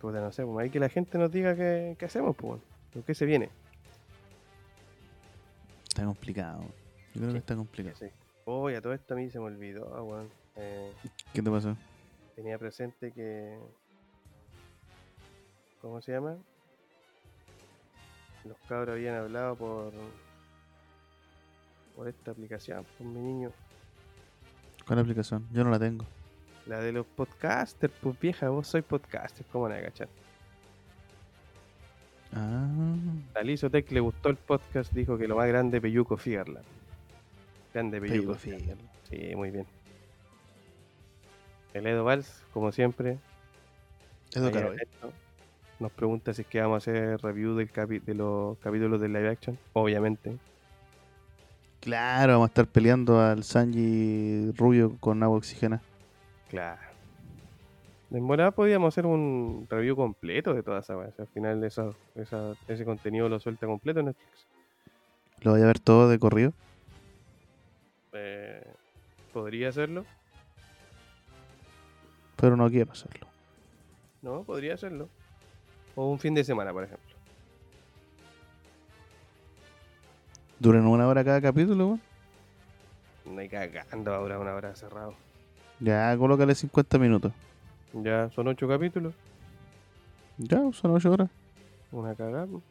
[SPEAKER 2] Puta, no sé, pues, ahí que la gente nos diga qué, qué hacemos, pues, weón. lo que se viene.
[SPEAKER 3] Está complicado. Yo creo
[SPEAKER 2] Sí.
[SPEAKER 3] que está complicado.
[SPEAKER 2] Sí. Oye, a todo esto a mí se me olvidó, weón. Eh,
[SPEAKER 3] ¿Qué te pasó?
[SPEAKER 2] tenía presente que. ¿Cómo se llama? Los cabros habían hablado por. por esta aplicación, por mi niño.
[SPEAKER 3] ¿Cuál aplicación? Yo no la tengo.
[SPEAKER 2] La de los podcasters, pues vieja, vos sois podcaster, ¿cómo la cachar?
[SPEAKER 3] Ah,
[SPEAKER 2] A Liz Tech le gustó el podcast, dijo que lo más grande Peyuco Figarla. Grande Peyuco,
[SPEAKER 3] Peyuco
[SPEAKER 2] Figarla. Sí, muy bien. El Edo Valls, como siempre,
[SPEAKER 3] es de
[SPEAKER 2] ahí en
[SPEAKER 3] Caroy.
[SPEAKER 2] esto, nos pregunta si es que vamos a hacer review del capi- de los capítulos de live action. Obviamente.
[SPEAKER 3] Claro, vamos a estar peleando al Sanji rubio con agua oxígena.
[SPEAKER 2] Claro. En volada podíamos hacer un review completo de toda esa weá. o sea, al final esa- esa- ese contenido lo suelta completo Netflix.
[SPEAKER 3] Lo voy a ver todo de corrido.
[SPEAKER 2] Eh, ¿Podría hacerlo?
[SPEAKER 3] Pero no quiero hacerlo.
[SPEAKER 2] No, podría hacerlo. O un fin de semana, por ejemplo.
[SPEAKER 3] Duran una hora cada capítulo, weón.
[SPEAKER 2] No hay cagando ahora una hora cerrado.
[SPEAKER 3] Ya, colócale 50 minutos.
[SPEAKER 2] Ya son ocho capítulos.
[SPEAKER 3] Ya, son 8 horas.
[SPEAKER 2] Una cagada. po.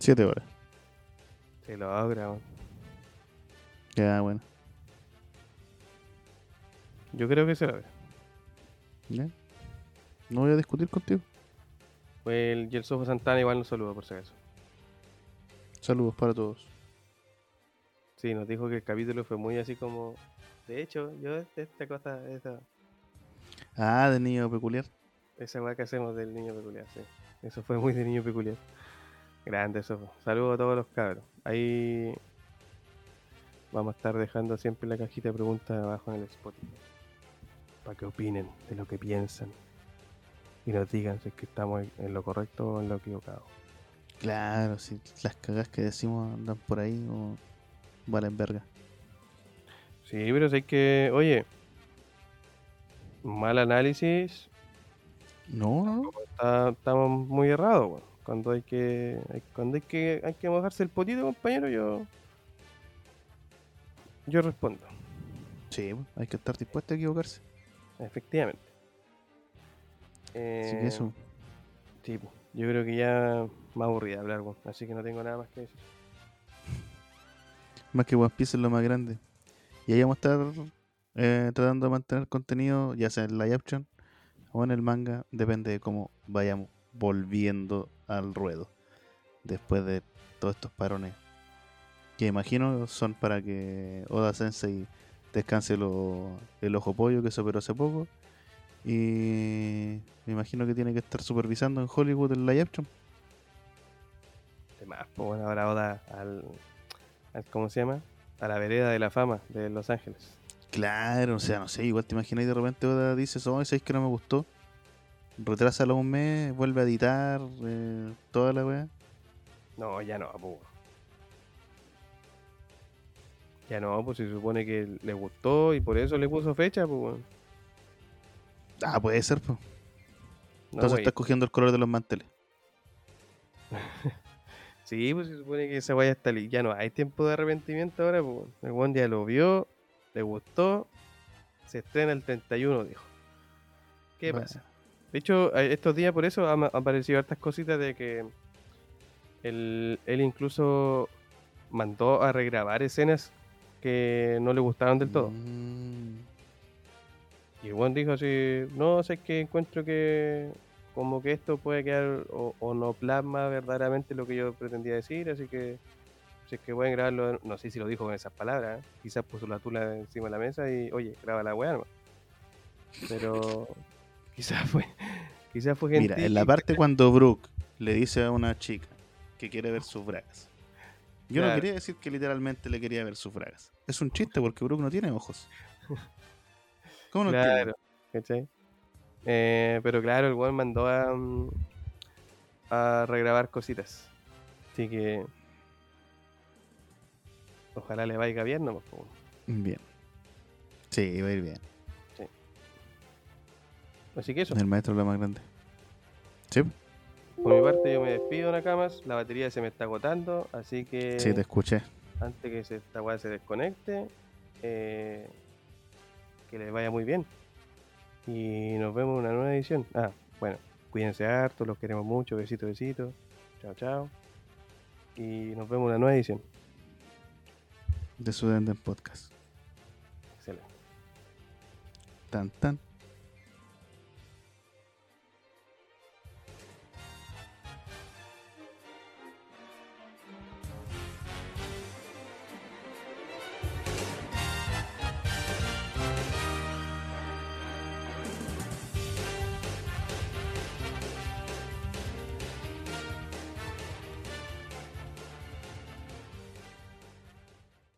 [SPEAKER 3] 7 horas.
[SPEAKER 2] Se lo logra. man.
[SPEAKER 3] Ya, bueno.
[SPEAKER 2] Yo creo que se logra.
[SPEAKER 3] Ya. No voy a discutir contigo.
[SPEAKER 2] Pues el Yelsojo Santana igual nos saluda, por si acaso.
[SPEAKER 3] Saludos para todos.
[SPEAKER 2] Sí, nos dijo que el capítulo fue muy así como. De hecho, yo de esta cosa, esa,
[SPEAKER 3] Ah, de niño peculiar.
[SPEAKER 2] esa weá que hacemos del niño peculiar, sí. Eso fue muy de niño peculiar. Grande eso. po. Saludos a todos los cabros. Ahí vamos a estar dejando siempre la cajita de preguntas abajo en el Spotify. Para que opinen de lo que piensan. Y nos digan si es que estamos en- en lo correcto o en lo equivocado.
[SPEAKER 3] Claro, si las cagas que decimos andan por ahí o valen verga.
[SPEAKER 2] Sí, pero sé que, oye, mal análisis,
[SPEAKER 3] No, no, no.
[SPEAKER 2] está- estamos muy errados, weón. Cuando hay que, hay- cuando hay que, hay que mojarse el potito, compañero, yo, yo respondo.
[SPEAKER 3] Sí, pues, hay que estar dispuesto a equivocarse.
[SPEAKER 2] Efectivamente.
[SPEAKER 3] Así
[SPEAKER 2] Eh,
[SPEAKER 3] que eso.
[SPEAKER 2] Sí, po. yo creo que ya más aburrida hablar, weón. Así que no tengo nada más que decir.
[SPEAKER 3] Más que One Piece es lo más grande. Y ahí vamos a estar eh, tratando de mantener contenido, ya sea en live action o en el manga, depende de cómo vayamos volviendo al ruedo. Después de todos estos parones. Que imagino son para que Oda Sensei descanse lo- el ojo pollo que se operó hace poco. Y me imagino que tiene que estar supervisando en Hollywood el live action.
[SPEAKER 2] Demás, pues bueno, ahora Oda al, al. ¿Cómo se llama? A la vereda de la fama de Los Ángeles.
[SPEAKER 3] Claro, o sea, no sé, igual te imaginas y de repente Oda dices, oh, sabes que no me gustó. Retrásalo un mes, vuelve a editar, eh, toda la weá.
[SPEAKER 2] No, ya no, pues. Ya no, pues se supone que le gustó y por eso le puso fecha, pues. weón.
[SPEAKER 3] Ah, puede ser, pues.
[SPEAKER 2] No,
[SPEAKER 3] Entonces
[SPEAKER 2] wey.
[SPEAKER 3] está escogiendo el color de los manteles.
[SPEAKER 2] Sí, pues se supone que esa guaya está li- Ya no hay tiempo de arrepentimiento ahora, pues. weón. El buen ya lo vio, le gustó, se estrena el 31, dijo. ¿Qué
[SPEAKER 3] Va-
[SPEAKER 2] pasa? De hecho, a- estos días por eso han han aparecido hartas cositas de que él, él incluso mandó a regrabar escenas que no le gustaron del todo.
[SPEAKER 3] Mm,
[SPEAKER 2] Y Juan dijo así, no, sé que encuentro que como que esto puede quedar o, o no plasma verdaderamente lo que yo pretendía decir, así que si es que pueden grabarlo, en-". no sé si lo dijo con esas palabras, ¿eh? quizás puso la tula encima de la mesa y, oye, graba la weá, nomás". pero quizás fue, quizás fue gente...
[SPEAKER 3] Mira, en la parte cuando Brooke le dice a una chica que quiere ver sus bragas. Yo no
[SPEAKER 2] Claro.
[SPEAKER 3] quería decir que literalmente le quería ver sus bragas. Es un chiste porque Brooke no tiene ojos. ¿Cómo no tiene?
[SPEAKER 2] Claro, ¿cachai? Eh, pero claro, el weón mandó a, mm, a regrabar cositas. Así que. Ojalá le vaya bien, nomás, po.
[SPEAKER 3] Bien. Sí, va a ir bien.
[SPEAKER 2] Así que eso,
[SPEAKER 3] El maestro es lo más grande. Sí,
[SPEAKER 2] por mi parte, yo me despido, Nakamas. La batería se me está agotando, así que
[SPEAKER 3] sí, te escuché.
[SPEAKER 2] antes que se- esta weá se desconecte, eh, que les vaya muy bien. Y nos vemos en una nueva edición. Ah, bueno, cuídense harto, los queremos mucho, besitos, besitos. Chao, chao. Y nos vemos en una nueva edición.
[SPEAKER 3] de su Denden Podcast.
[SPEAKER 2] Excelente.
[SPEAKER 3] Tan, tan.